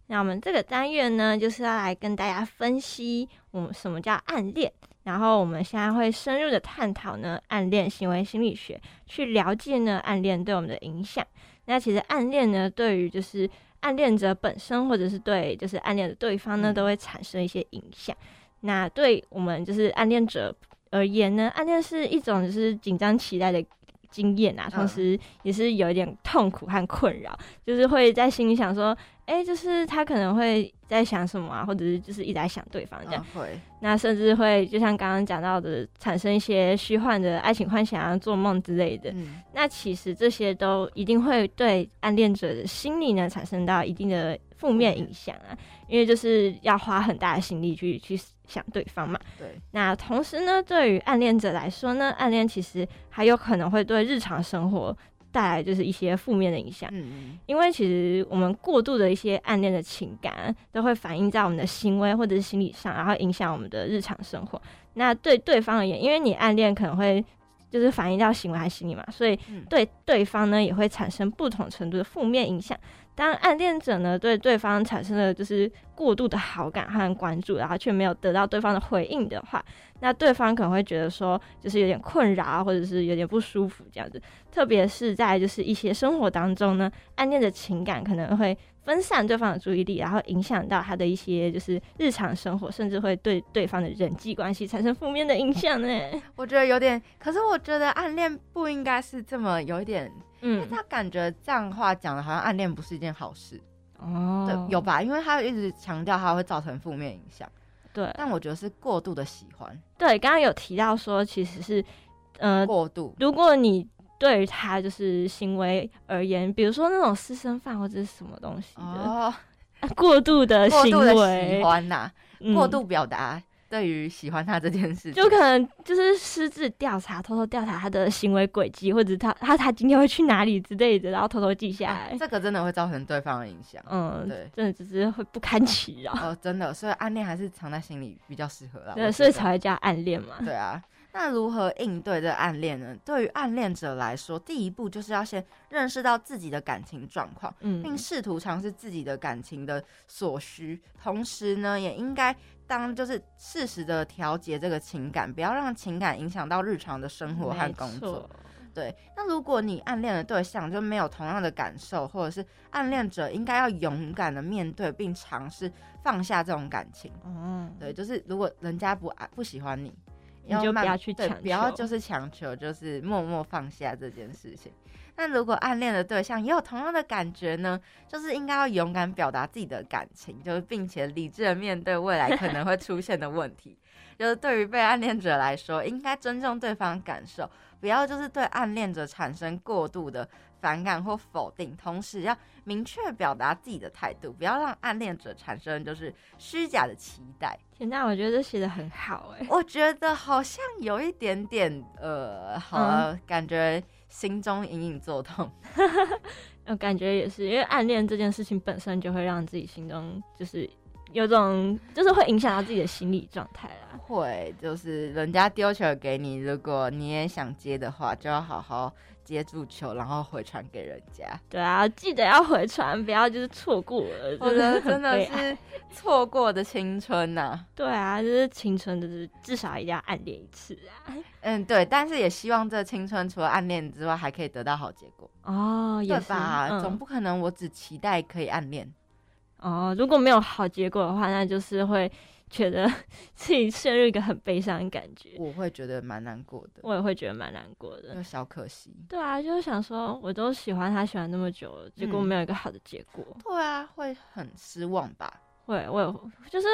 S1: 那我们这个单元呢，就是要来跟大家分析我们什么叫暗恋，然后我们现在会深入的探讨呢暗恋行为心理学，去了解呢暗恋对我们的影响。那其实暗恋呢，对于就是暗恋者本身，或者是对就是暗恋的对方呢，
S2: 嗯
S1: 都会产生一些影响。那对我们就是暗恋者而言呢，暗恋是一种就是紧张期待的经验啊，同
S2: 嗯
S1: 时也是有一点痛苦和困扰，就是会在心里想说，哎、就是他可能会在想什么啊，或者是就是一直在想对方这样。
S2: 嗯，会，
S1: 那甚至会就像刚刚讲到的，产生一些虚幻的爱情幻想啊、做梦之类的。
S2: 嗯，
S1: 那其实这些都一定会对暗恋者的心理呢产生到一定的负面影响啊，因为就是要花很大的心力去去想对方嘛。
S2: 对，
S1: 那同时呢，对于暗恋者来说呢，暗恋其实还有可能会对日常生活带来就是一些负面的影响。
S2: 嗯嗯，
S1: 因为其实我们过度的一些暗恋的情感，啊都会反映在我们的行为或者是心理上，然后影响我们的日常生活。那对对方而言，因为你暗恋可能会就是反映到行为还是心理嘛，所以
S2: 嗯
S1: 对对方呢也会产生不同程度的负面影响。当暗恋者呢对对方产生了就是过度的好感和关注，然后却没有得到对方的回应的话，那对方可能会觉得说就是有点困扰啊，或者是有点不舒服这样子。特别是在就是一些生活当中呢，暗恋的情感可能会分散对方的注意力，然后影响到他的一些就是日常生活，甚至会对对方的人际关系产生负面的影响呢。
S2: 我觉得有点，可是我觉得暗恋不应该是这么有一点因为
S1: 嗯，
S2: 他感觉这样话讲的好像暗恋不是一件好事，
S1: 哦
S2: 对，有吧？因为他一直强调它会造成负面影响，
S1: 对
S2: 但我觉得是过度的喜欢，
S1: 对，刚刚有提到说其实是呃，
S2: 过度，
S1: 如果你对于他就是行为而言，比如说那种私生饭或者是什么东西的、啊
S2: 哦，
S1: 过度的
S2: 过
S1: 行
S2: 度的喜
S1: 为，
S2: 欢呐、
S1: 嗯
S2: 过度表达对于喜欢他这件事情，
S1: 就可能就是私自调查，偷偷调查他的行为轨迹，或者他他他今天会去哪里之类的，然后偷偷记下
S2: 啊
S1: 来。
S2: 这个真的会造成对方的影响。
S1: 嗯，
S2: 啊对
S1: 真的只是会不堪其 扰，
S2: 哦，真的，所以暗恋还是藏在心里比较适合啦。
S1: 对，
S2: 我
S1: 所以
S2: 觉得
S1: 才会叫暗恋嘛。
S2: 对啊。那如何应对这个暗恋呢？对于暗恋者来说，第一步就是要先认识到自己的感情状况。并
S1: 嗯，
S2: 试图尝试自己的感情的所需，同时呢，也应该当就是适时的调节这个情感，不要让情感影响到日常的生活和
S1: 没
S2: 工作
S1: 错。，
S2: 对，那如果你暗恋的对象就没有同样的感受，或者是暗恋者应该要勇敢的面对并尝试放下这种感情。
S1: 嗯，
S2: 对，就是如果人家不爱不喜欢你，
S1: 你就
S2: 慢
S1: 不要去
S2: 对
S1: 强
S2: 不要
S1: 求
S2: 就是强求，就是默默放下这件事情。那如果暗恋的对象也有同样的感觉呢，就是应该要勇敢表达自己的感情，就是并且理智的面对未来可能会出现的问题。 就是对于被暗恋者来说，应该尊重对方感受，不要就是对暗恋者产生过度的反感或否定，同时要明确表达自己的态度，不要让暗恋者产生就是虚假的期 待。
S1: 天呐，我觉得这写的很好哎。
S2: 我觉得好像有一点点呃，好、了，感觉心中隐隐作痛。
S1: 我呃感觉也是，因为暗恋这件事情本身就会让自己心中就是有种，就是会影响到自己的心理状态啦。
S2: 会，就是人家丢球给你，如果你也想接的话，就要好好接住球，然后回传给人家。
S1: 对啊，记得要回传，不要就是错过了。
S2: 我觉
S1: 是
S2: 得
S1: 很
S2: 真的
S1: 悲哀
S2: 是错过的青春呐、
S1: 对啊，就是青春，就是至少一定要暗恋一次啊。
S2: 嗯，对，但是也希望这青春除了暗恋之外，还可以得到好结果，
S1: 哦，也
S2: 对
S1: 是
S2: 吧？
S1: 嗯
S2: 总不可能我只期待可以暗恋。
S1: 哦，如果没有好结果的话，那就是会觉得 自己陷入一个很悲伤的感觉。
S2: 我会觉得蛮难过的，
S1: 我也会觉得蛮难过的
S2: 有。小可惜。
S1: 对啊，就是想说，我都喜欢他，喜欢那么久了，结果
S2: 嗯
S1: 没有一个好的结果。
S2: 对啊，会很失望吧？
S1: 会，我也就是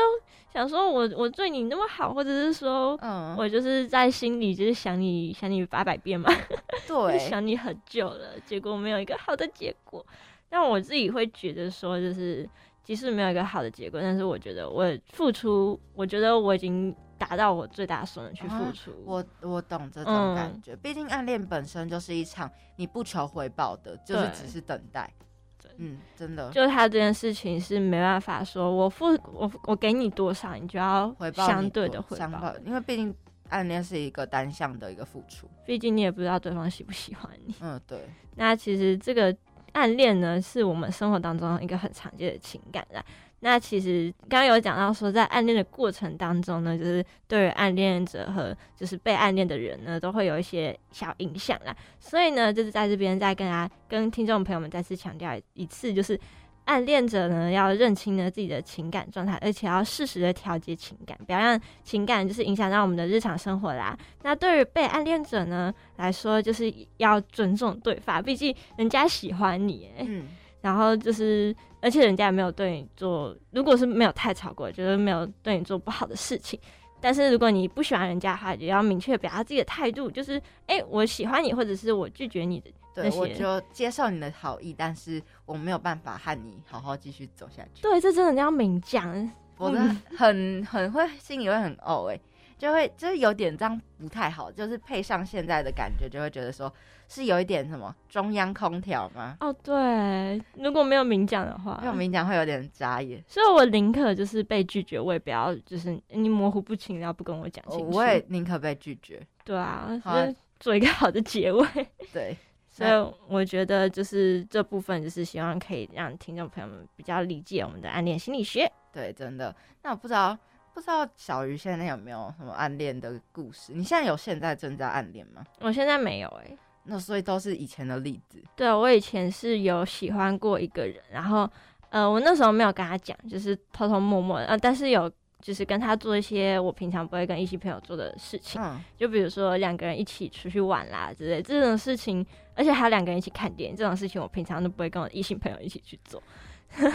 S1: 想说我我对你那么好，或者是说
S2: 嗯，
S1: 我就是在心里就是想你想你八百遍嘛， 就是
S2: 对，
S1: 想你很久了，结果没有一个好的结果。但我自己会觉得说，就是即使没有一个好的结果，但是我觉得我付出，我觉得我已经达到我最大所能去付
S2: 啊
S1: 出。
S2: 我我懂这种感
S1: 嗯
S2: 觉。毕竟暗恋本身就是一场你不求回报的，就是
S1: 对
S2: 只是等待
S1: 对。
S2: 嗯，真的。
S1: 就他这件事情是没办法说，我付我我给你多少，你就要
S2: 回报
S1: 相
S2: 你
S1: 对
S2: 多
S1: 的回
S2: 相
S1: 报
S2: 报，，因为毕竟暗恋是一个单向的一个付出。
S1: 毕竟你也不知道对方喜不喜欢你。
S2: 嗯，对，
S1: 那其实这个暗恋呢，是我们生活当中一个很常见的情感啦。那其实刚刚有讲到说，在暗恋的过程当中呢，就是对于暗恋者和就是被暗恋的人呢，都会有一些小影响啦。所以呢，就是在这边再跟大家、跟听众朋友们再次强调一次，就是暗恋者呢要认清呢自己的情感状态，而且要适时的调节情感，不要让情感就是影响到我们的日常生活啦。那对于被暗恋者呢来说，就是要尊重对方，毕竟人家喜欢你、欸
S2: 嗯，
S1: 然后就是，而且人家也没有对你做，如果是没有太超过，就是没有对你做不好的事情。但是如果你不喜欢人家的话，也要明确表达自己的态度，就是哎、我喜欢你，或者是我拒绝你的。
S2: 对，
S1: 那
S2: 我
S1: 些
S2: 就接受你的好意，但是我没有办法和你好好继续走下去。
S1: 对，嗯这真的要明讲。
S2: 我的很很会心里会很呕哎、就会就是有点这样不太好，就是配上现在的感觉，就会觉得说是有一点什么中央空调吗？
S1: 哦，对，如果没有明讲的话
S2: 因为，我们讲会有点扎眼。
S1: 所以我宁可就是被拒绝，我也不要就是你模糊不清，然后不跟我讲
S2: 我
S1: 清楚。
S2: 哦我也宁可被拒绝。
S1: 对啊，
S2: 好啊
S1: 就是做一个好的结尾。
S2: 对，
S1: 所以我觉得就是这部分，就是希望可以让听众朋友们比较理解我们的暗恋心理学。
S2: 对，真的。那我不知道不知道小鱼现在有没有什么暗恋的故事？你现在有现在正在暗恋吗？
S1: 我现在没有哎、
S2: 那所以都是以前的例子。
S1: 对啊我以前是有喜欢过一个人，然后呃，我那时候没有跟他讲，就是偷偷摸摸的，呃，但是有就是跟他做一些我平常不会跟异性朋友做的事情，
S2: 嗯，
S1: 就比如说两个人一起出去玩啦之类这种事情，而且还有两个人一起看电影这种事情，我平常都不会跟我异性朋友一起去做。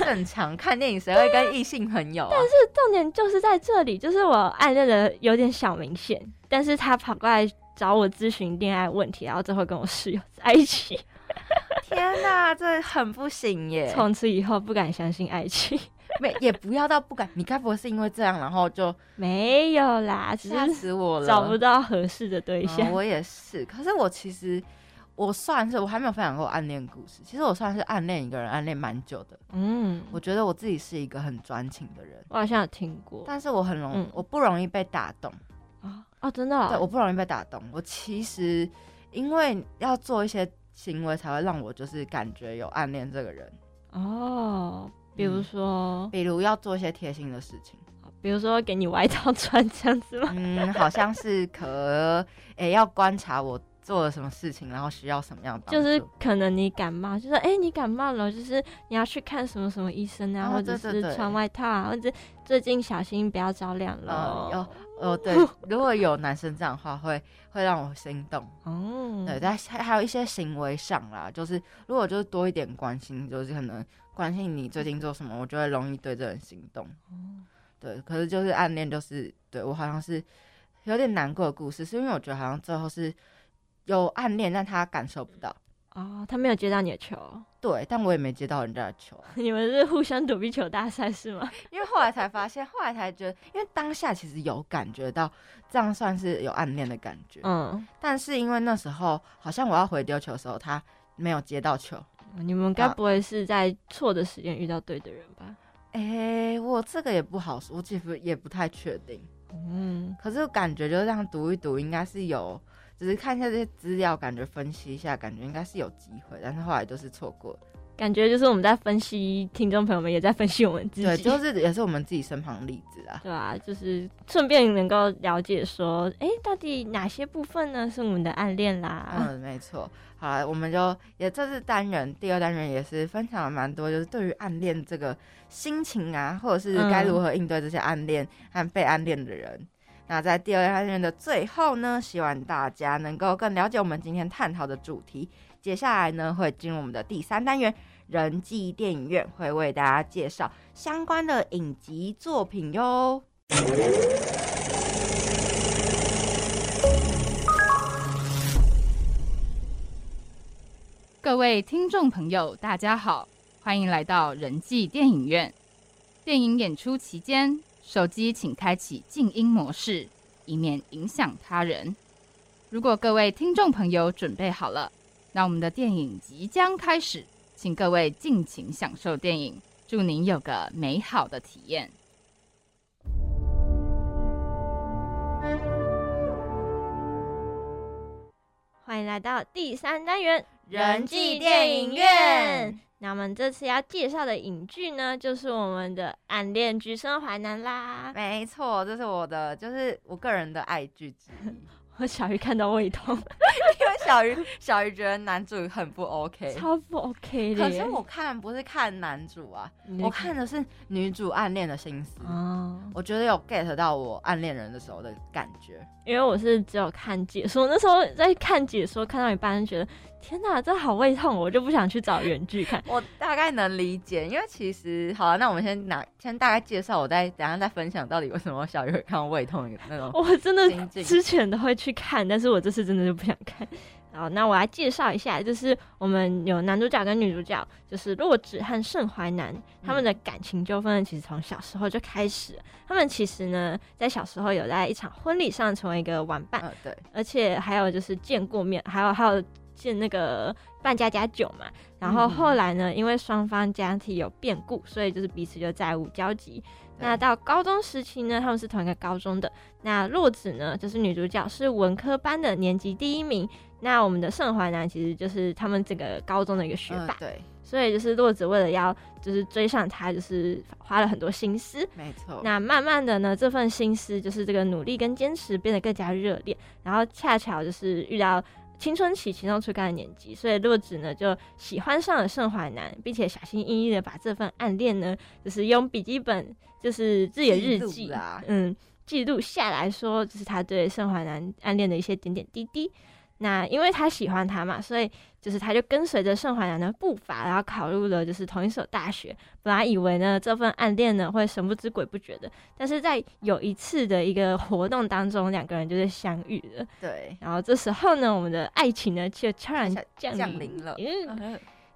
S2: 正常看电影谁会跟异性朋友、啊？
S1: 重点就是在这里，就是我暗恋的有点小明显，但是他跑过来找我咨询恋爱问题，然后最后跟我室友在一起。
S2: 天哪，这很不行耶！
S1: 从此以后不敢相信爱情，
S2: 没也不要到不敢，你该不会是因为这样，然后就
S1: 没有啦，只
S2: 吓
S1: 是
S2: 死我了？
S1: 找不到合适的对
S2: 嗯
S1: 象。
S2: 我也是，可是我其实我算是我还没有分享过暗恋故事，其实我算是暗恋一个人暗恋蛮久的。
S1: 嗯，
S2: 我觉得我自己是一个很专情的人，
S1: 我好像有听过
S2: 但是我很容、
S1: 嗯
S2: 我不容易被打动。
S1: 啊，哦，真的哦、
S2: 对，我不容易被打动。我其实因为要做一些行为，才会让我就是感觉有暗恋这个人，
S1: 哦，比
S2: 嗯
S1: 如说，
S2: 比如要做一些贴心的事情。
S1: 比如说给你外套 穿这样子吗？
S2: 嗯，好像是可诶、要观察我做了什么事情，然后需要什么样的帮
S1: 就
S2: 助。
S1: 是可能你感冒，就是哎、你感冒了，就是你要去看什么什么医生啊，
S2: 哦
S1: 或者
S2: 对
S1: 是
S2: 对对
S1: 穿外套啊，或者最近小心不要着凉
S2: 呃
S1: 了。
S2: 有哦，对，如果有男生这样的话，会会让我心动。
S1: 哦，
S2: 对，但还还有一些行为上啦，就是如果就是多一点关心，就是可能关心你最近做什么，我就会容易对这人心动。
S1: 哦
S2: 对，可是就是暗恋，就是对我好像是有点难过的故事，是因为我觉得好像最后是有暗恋，但他感受不到。
S1: 哦，他没有接到你的球，
S2: 对，但我也没接到人家的球啊、
S1: 你们是互相躲避球大赛是 吗？
S2: 因为后来才发现，后来才觉得，因为当下其实有感觉到这样算是有暗恋的感觉，
S1: 嗯，
S2: 但是因为那时候好像我要回丢球的时候，他没有接到球。
S1: 你们该不会是在错的时间遇到对的人吧？
S2: 哎、我这个也不好说，我其实也不太确定。
S1: 嗯，
S2: 可是感觉就这样读一读，应该是有只是看一下这些资料，感觉分析一下，感觉应该是有机会，但是后来就是错过了。
S1: 感觉就是我们在分析听众朋友们，也在分析我们自己，
S2: 对，就是也是我们自己身旁的例子啊。
S1: 对啊，就是顺便能够了解说，哎、到底哪些部分呢是我们的暗恋啦？
S2: 嗯，没错。好了，我们就也这次单元第二单元也是分享了蛮多，就是对于暗恋这个心情啊，或者是该如何应对这些暗恋和被暗恋的人。那在第二单元的最后呢，希望大家能够更了解我们今天探讨的主题。接下来呢，会进入我们的第三单元人际电影院，会为大家介绍相关的影集作品哟。
S10: 各位听众朋友，大家好，欢迎来到人际电影院。电影演出期间，手机请开启静音模式，以免影响他人。如果各位听众朋友准备好了，那我们的电影即将开始，请各位尽情享受电影，祝您有个美好的体验。
S1: 欢迎来到第三单元
S2: 人际电影院。
S1: 那我们这次要介绍的影剧呢，就是我们的《暗恋橘生淮南》 啦。
S2: 没错，这是我的，就是我个人的爱剧之一。
S1: 我小鱼看到胃痛，
S2: 因为 小鱼，小鱼觉得男主很不 OK。
S1: 超不 OK 的
S2: 可
S1: 耶。
S2: 是我看不是看男主啊，
S1: 你在
S2: 我看嗯的是女主暗恋的心思。
S1: 哦，
S2: 我觉得有 get 到我暗恋人的时候的感觉，。
S1: 因为我是只有看解说，那时候在看解说，看到一半就觉得天哪，这好胃痛，我就不想去找原剧看
S2: 我大概能理解。因为其实好了，那我们先拿先大概介绍，我再等一下再分享到底为什么小鱼会看到胃痛那种。
S1: 我真的
S2: 心境
S1: 之前都会去看，但是我这次真的就不想看。 好，那我来介绍一下，就是我们有男主角跟女主角，就是洛枳和盛淮南，
S2: 嗯
S1: 他们的感情纠纷其实从小时候就开始了。他们其实呢，在小时候有在一场婚礼上成为一个玩伴，
S2: 嗯，对，
S1: 而且还有就是见过面，还有还有见那个扮家家酒嘛。然后后来呢，因为双方家庭有变故，所以就是彼此就再无交集。那到高中时期呢，他们是同一个高中的。那洛子呢，就是女主角，是文科班的年级第一名。那我们的盛淮南其实就是他们整个高中的一个学
S2: 嗯
S1: 霸，
S2: 对，
S1: 所以就是洛子为了要就是追上他，就是花了很多心思。
S2: 没错。
S1: 那慢慢的呢，这份心思就是这个努力跟坚持变得更加热烈，然后恰巧就是遇到青春期情窦初开的年纪，所以洛枳呢就喜欢上了盛淮南，并且小心翼翼的把这份暗恋呢，就是用笔记本就是自己的日
S2: 记
S1: 记，
S2: 录啦
S1: 嗯，记录下来说，就是他对盛淮南暗恋的一些点点滴滴。那因为他喜欢他嘛，所以就是他就跟随着盛淮南的步伐，然后考入了就是同一所大学。本来以为呢这份暗恋呢会神不知鬼不觉的，但是在有一次的一个活动当中，两个人就是相遇了。
S2: 对，
S1: 然后这时候呢，我们的爱情呢就悄然降
S2: 降临了，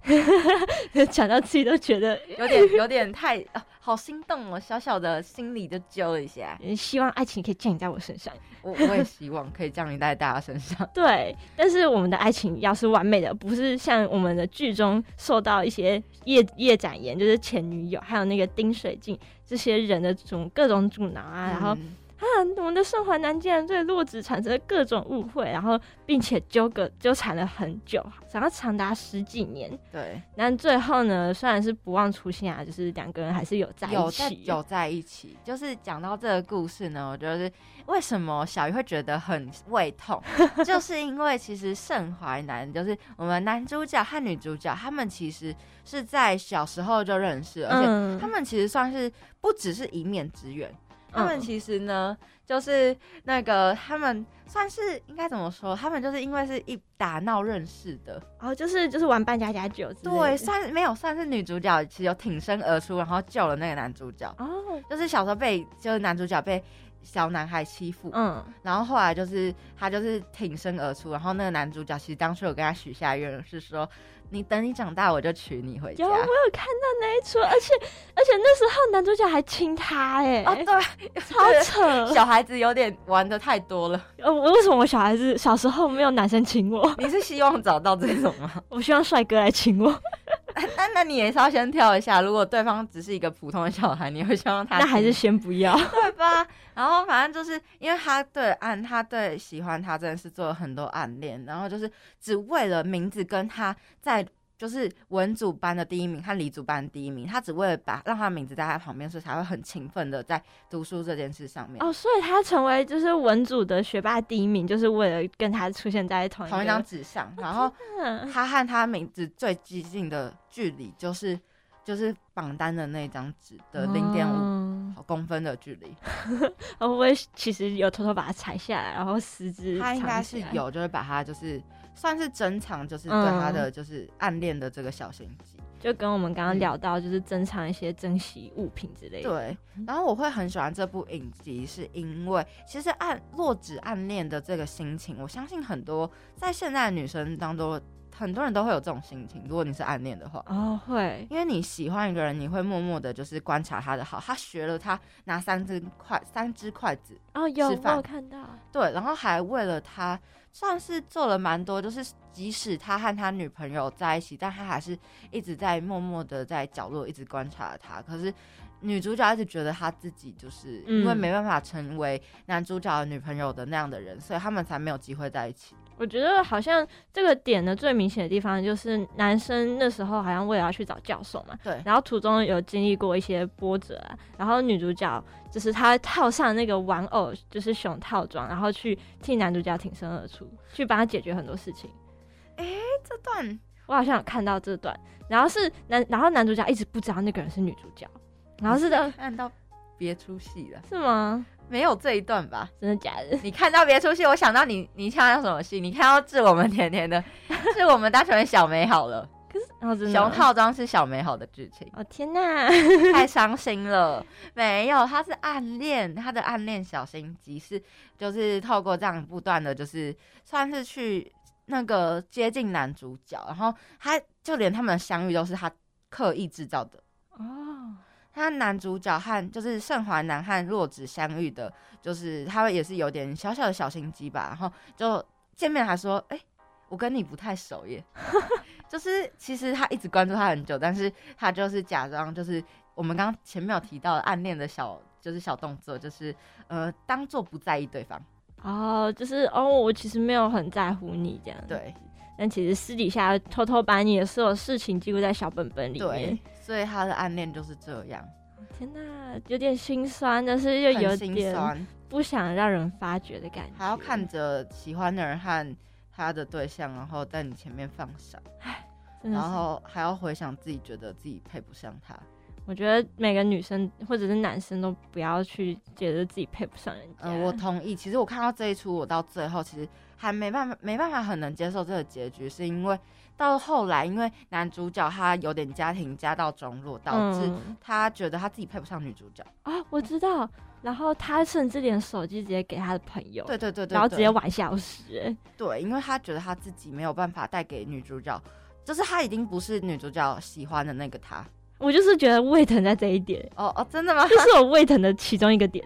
S1: 嗯讲到自己都觉得，
S2: 有点有点太、 啊好心动哦，小小的心里就揪了一下。
S1: 嗯 希望爱情可以降临在我身上。
S2: 我我也希望可以降临在大家身 上。
S1: 对，但是我们的爱情要是完美的，不是像我们的剧中受到一些叶叶展言，就是前女友，还有那个丁水镜这些人的这种各种阻挠啊，然后
S2: 嗯
S1: 啊，我们的盛淮南竟然对洛枳产生了各种误会，然后并且纠葛纠缠了很久，然后长达十几年。
S2: 对，
S1: 但最后呢，虽然是不忘初心啊，就是两个人还是有在一
S2: 有在
S1: 起。
S2: 有在一起，就是讲到这个故事呢，我觉得是为什么小鱼会觉得很胃痛，就是因为其实盛淮南就是我们男主角和女主角，他们其实是在小时候就认识，而且
S1: 嗯
S2: 他们其实算是不只是一面之缘，他们
S1: 嗯
S2: 其实呢就是那个他们算是应该怎么说，他们就是因为是一打闹认识的，
S1: 哦，就是就是玩扮家家酒之类的，
S2: 对，算没有算是女主角其实有挺身而出，然后救了那个男主角。
S1: 哦，
S2: 就是小时候被就是男主角被小男孩欺负，
S1: 嗯，
S2: 然后后来就是他就是挺身而出，然后那个男主角其实当初有跟他许下愿是说，你等你长大我就娶你回家。
S1: 有我欸有看到那一出，而且而且那时候男主角还亲她哎、
S2: 哦，对，
S1: 超扯！
S2: 小孩子有点玩的太多了。
S1: 呃，我为什么我小孩子小时候没有男生亲我？
S2: 你是希望找到这种吗？
S1: 我希望帅哥来亲我。
S2: 那那你也是要先跳一下。如果对方只是一个普通的小孩，你会希望他
S1: 那还是先不 要。
S2: 对吧？然后反正就是因为他对暗，他对喜欢他真的是做了很多暗恋，然后就是只为了名字跟他在就是文组班的第一名和理组班第一名，他只为了把让他名字在他旁边，所以才会很勤奋的在读书这件事上面。
S1: 哦，所以他成为就是文组的学霸第一名，就是为了跟他出现在同一
S2: 同一
S1: 个
S2: 张纸上，然后
S1: 嗯
S2: 他和他名字最接近的距离就是就是榜单的那张纸的零点
S1: 哦
S2: 五公分的距离。
S1: 会不会其实有偷偷把它裁下来，然后撕之？
S2: 他应该是有，就是把他就是算是珍藏，就是对他的
S1: 嗯
S2: 就是暗恋的这个小心机。
S1: 就跟我们刚
S2: 嗯
S1: 刚聊到，就是珍藏一些珍惜物品之类的。
S2: 对，然后我会很喜欢这部影集，是因为其实暗落纸暗恋的这个心情，我相信很多在现在的女生当中，很多人都会有这种心情。如果你是暗恋的话，
S1: 哦，会，
S2: 因为你喜欢一个人，你会默默的就是观察他的好。他学了他拿三只筷三只筷子
S1: 哦，有
S2: 吃
S1: 我
S2: 饭
S1: 有看到，
S2: 对，然后还为了他，算是做了蛮多，就是即使他和他女朋友在一起，但他还是一直在默默的在角落一直观察他。可是女主角一直觉得他自己就是因为
S1: 嗯
S2: 没办法成为男主角的女朋友的那样的人，所以他们才没有机会在一起。
S1: 我觉得好像这个点的最明显的地方就是男生那时候好像为了要去找教授嘛，
S2: 对
S1: 然后途中有经历过一些波折啊，然后女主角就是她套上那个玩偶就是熊套装，然后去替男主角挺身而出，去帮他解决很多事情。
S2: 这段
S1: 我好像有看到这段，然后是男，然后男主角一直不知道那个人是女主角，然后是的，
S2: 看到别出戏了，
S1: 是吗？
S2: 没有这一段吧？
S1: 真的假的？
S2: 你看到别出戏，我想到你，你看到什么戏？你看到致我们甜甜的，是我们单纯的小美好了。
S1: 然后真的
S2: 熊套装是小美好的剧情。
S1: 哦天哪！
S2: 太伤心了。没有，他是暗恋，他的暗恋小心机是，就是透过这样不断的，就是算是去那个接近男主角，然后他就连他们的相遇都是他刻意制造的。
S1: 哦，
S2: 他男主角和就是盛淮南和洛枳相遇的，就是他们也是有点小小的小心机吧，然后就见面还说，哎、我跟你不太熟耶， 就是其实他一直关注他很久，但是他就是假装就是我们刚刚前面有提到的暗恋的小就是小动作，就是呃当做不在意对方，
S1: 哦，就是哦，我其实没有很在乎你这样。
S2: 对
S1: 但其实私底下偷偷把你的所有事情记录在小本本里面
S2: 对。，所以他的暗恋就是这样，
S1: 天哪，有点心酸，但是又有
S2: 很心
S1: 点
S2: 酸，
S1: 不想让人发觉的感觉。
S2: 还要看着喜欢的人和他的对象，然后在你前面放闪。
S1: 真的
S2: 然
S1: 是，
S2: 后还要回想自己觉得自己配不上他。
S1: 我觉得每个女生或者是男生都不要去觉得自己配不上人家。
S2: 嗯，我同意。其实我看到这一出，我到最后其实还没办法，没办法很能接受这个结局，是因为到后来，因为男主角他有点家庭家道中落，导致
S1: 嗯
S2: 他觉得他自己配不上女主角。
S1: 啊、我知道。然后他甚至连手机直接给他的朋友，
S2: 对对对对
S1: 然后直接
S2: 对
S1: 玩消失。哎
S2: 对，因为他觉得他自己没有办法带给女主角，就是他已经不是女主角喜欢的那个他。
S1: 我就是觉得胃疼在这一点，
S2: 哦哦，真的吗？
S1: 这是我胃疼的其中一个点。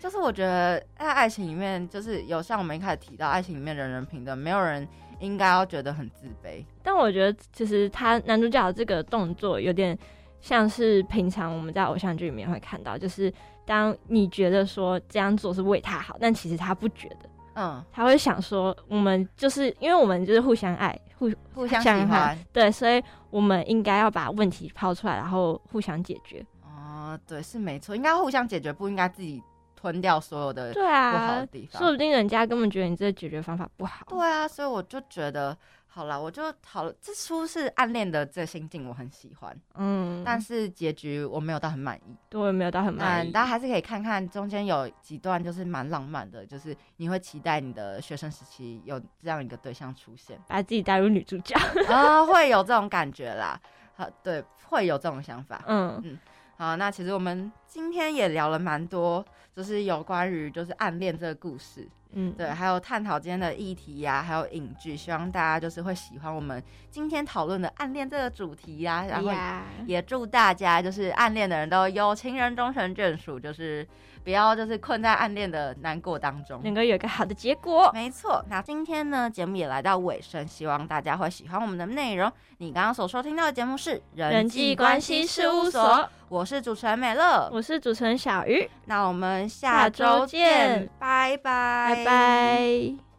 S2: 就是我觉得在爱情里面，就是有像我们一开始提到，爱情里面人人平等，没有人应该要觉得很自卑。
S1: 但我觉得，其实他男主角这个动作有点像是平常我们在偶像剧里面会看到，就是当你觉得说这样做是为他好，但其实他不觉得，
S2: 嗯，
S1: 他会想说，我们就是因为我们就是互相爱，互
S2: 互相喜
S1: 相
S2: 欢
S1: 爱，。对，所以我们应该要把问题抛出来，然后互相解决。
S2: 哦，对，是没错，应该互相解决，不应该自己吞掉所有的
S1: 对
S2: 不好的
S1: 啊
S2: 地，方。
S1: 说不定人家根本觉得你这个解决方法不好。
S2: 对啊，所以我就觉得，好啦，我就好了。这出是暗恋的这心境，我很喜欢，
S1: 嗯，
S2: 但是结局我没有到很满意。
S1: 对我也没有到很满
S2: 但
S1: 意。
S2: 嗯大家还是可以看看，中间有几段就是蛮浪漫的，就是你会期待你的学生时期有这样一个对象出现。
S1: 把自己带入女主 角，
S2: 啊、会有这种感觉啦。好，对，会有这种想法。
S1: 嗯，
S2: 好，那其实我们今天也聊了蛮多，就是有关于就是暗恋这个故事。
S1: 嗯，
S2: 对，啊还有探讨今天的议题呀、还有影剧，希望大家就是会喜欢我们今天讨论的暗恋这个主题呀、然后
S1: 呀
S2: 也祝大家就是暗恋的人都有情人终成眷属，就是不要就是困在暗恋的难过当中，
S1: 能够有一个好的结果。
S2: 没错，那今天呢节目也来到尾声，希望大家会喜欢我们的内容。你刚刚所收听到的节目是《
S1: 人际关系事务所，
S2: 我是主持人美乐，
S1: 我是主持人小鱼，
S2: 那我们
S1: 下
S2: 下
S1: 周
S2: 周见
S1: 见，
S2: 拜拜，
S1: 拜拜。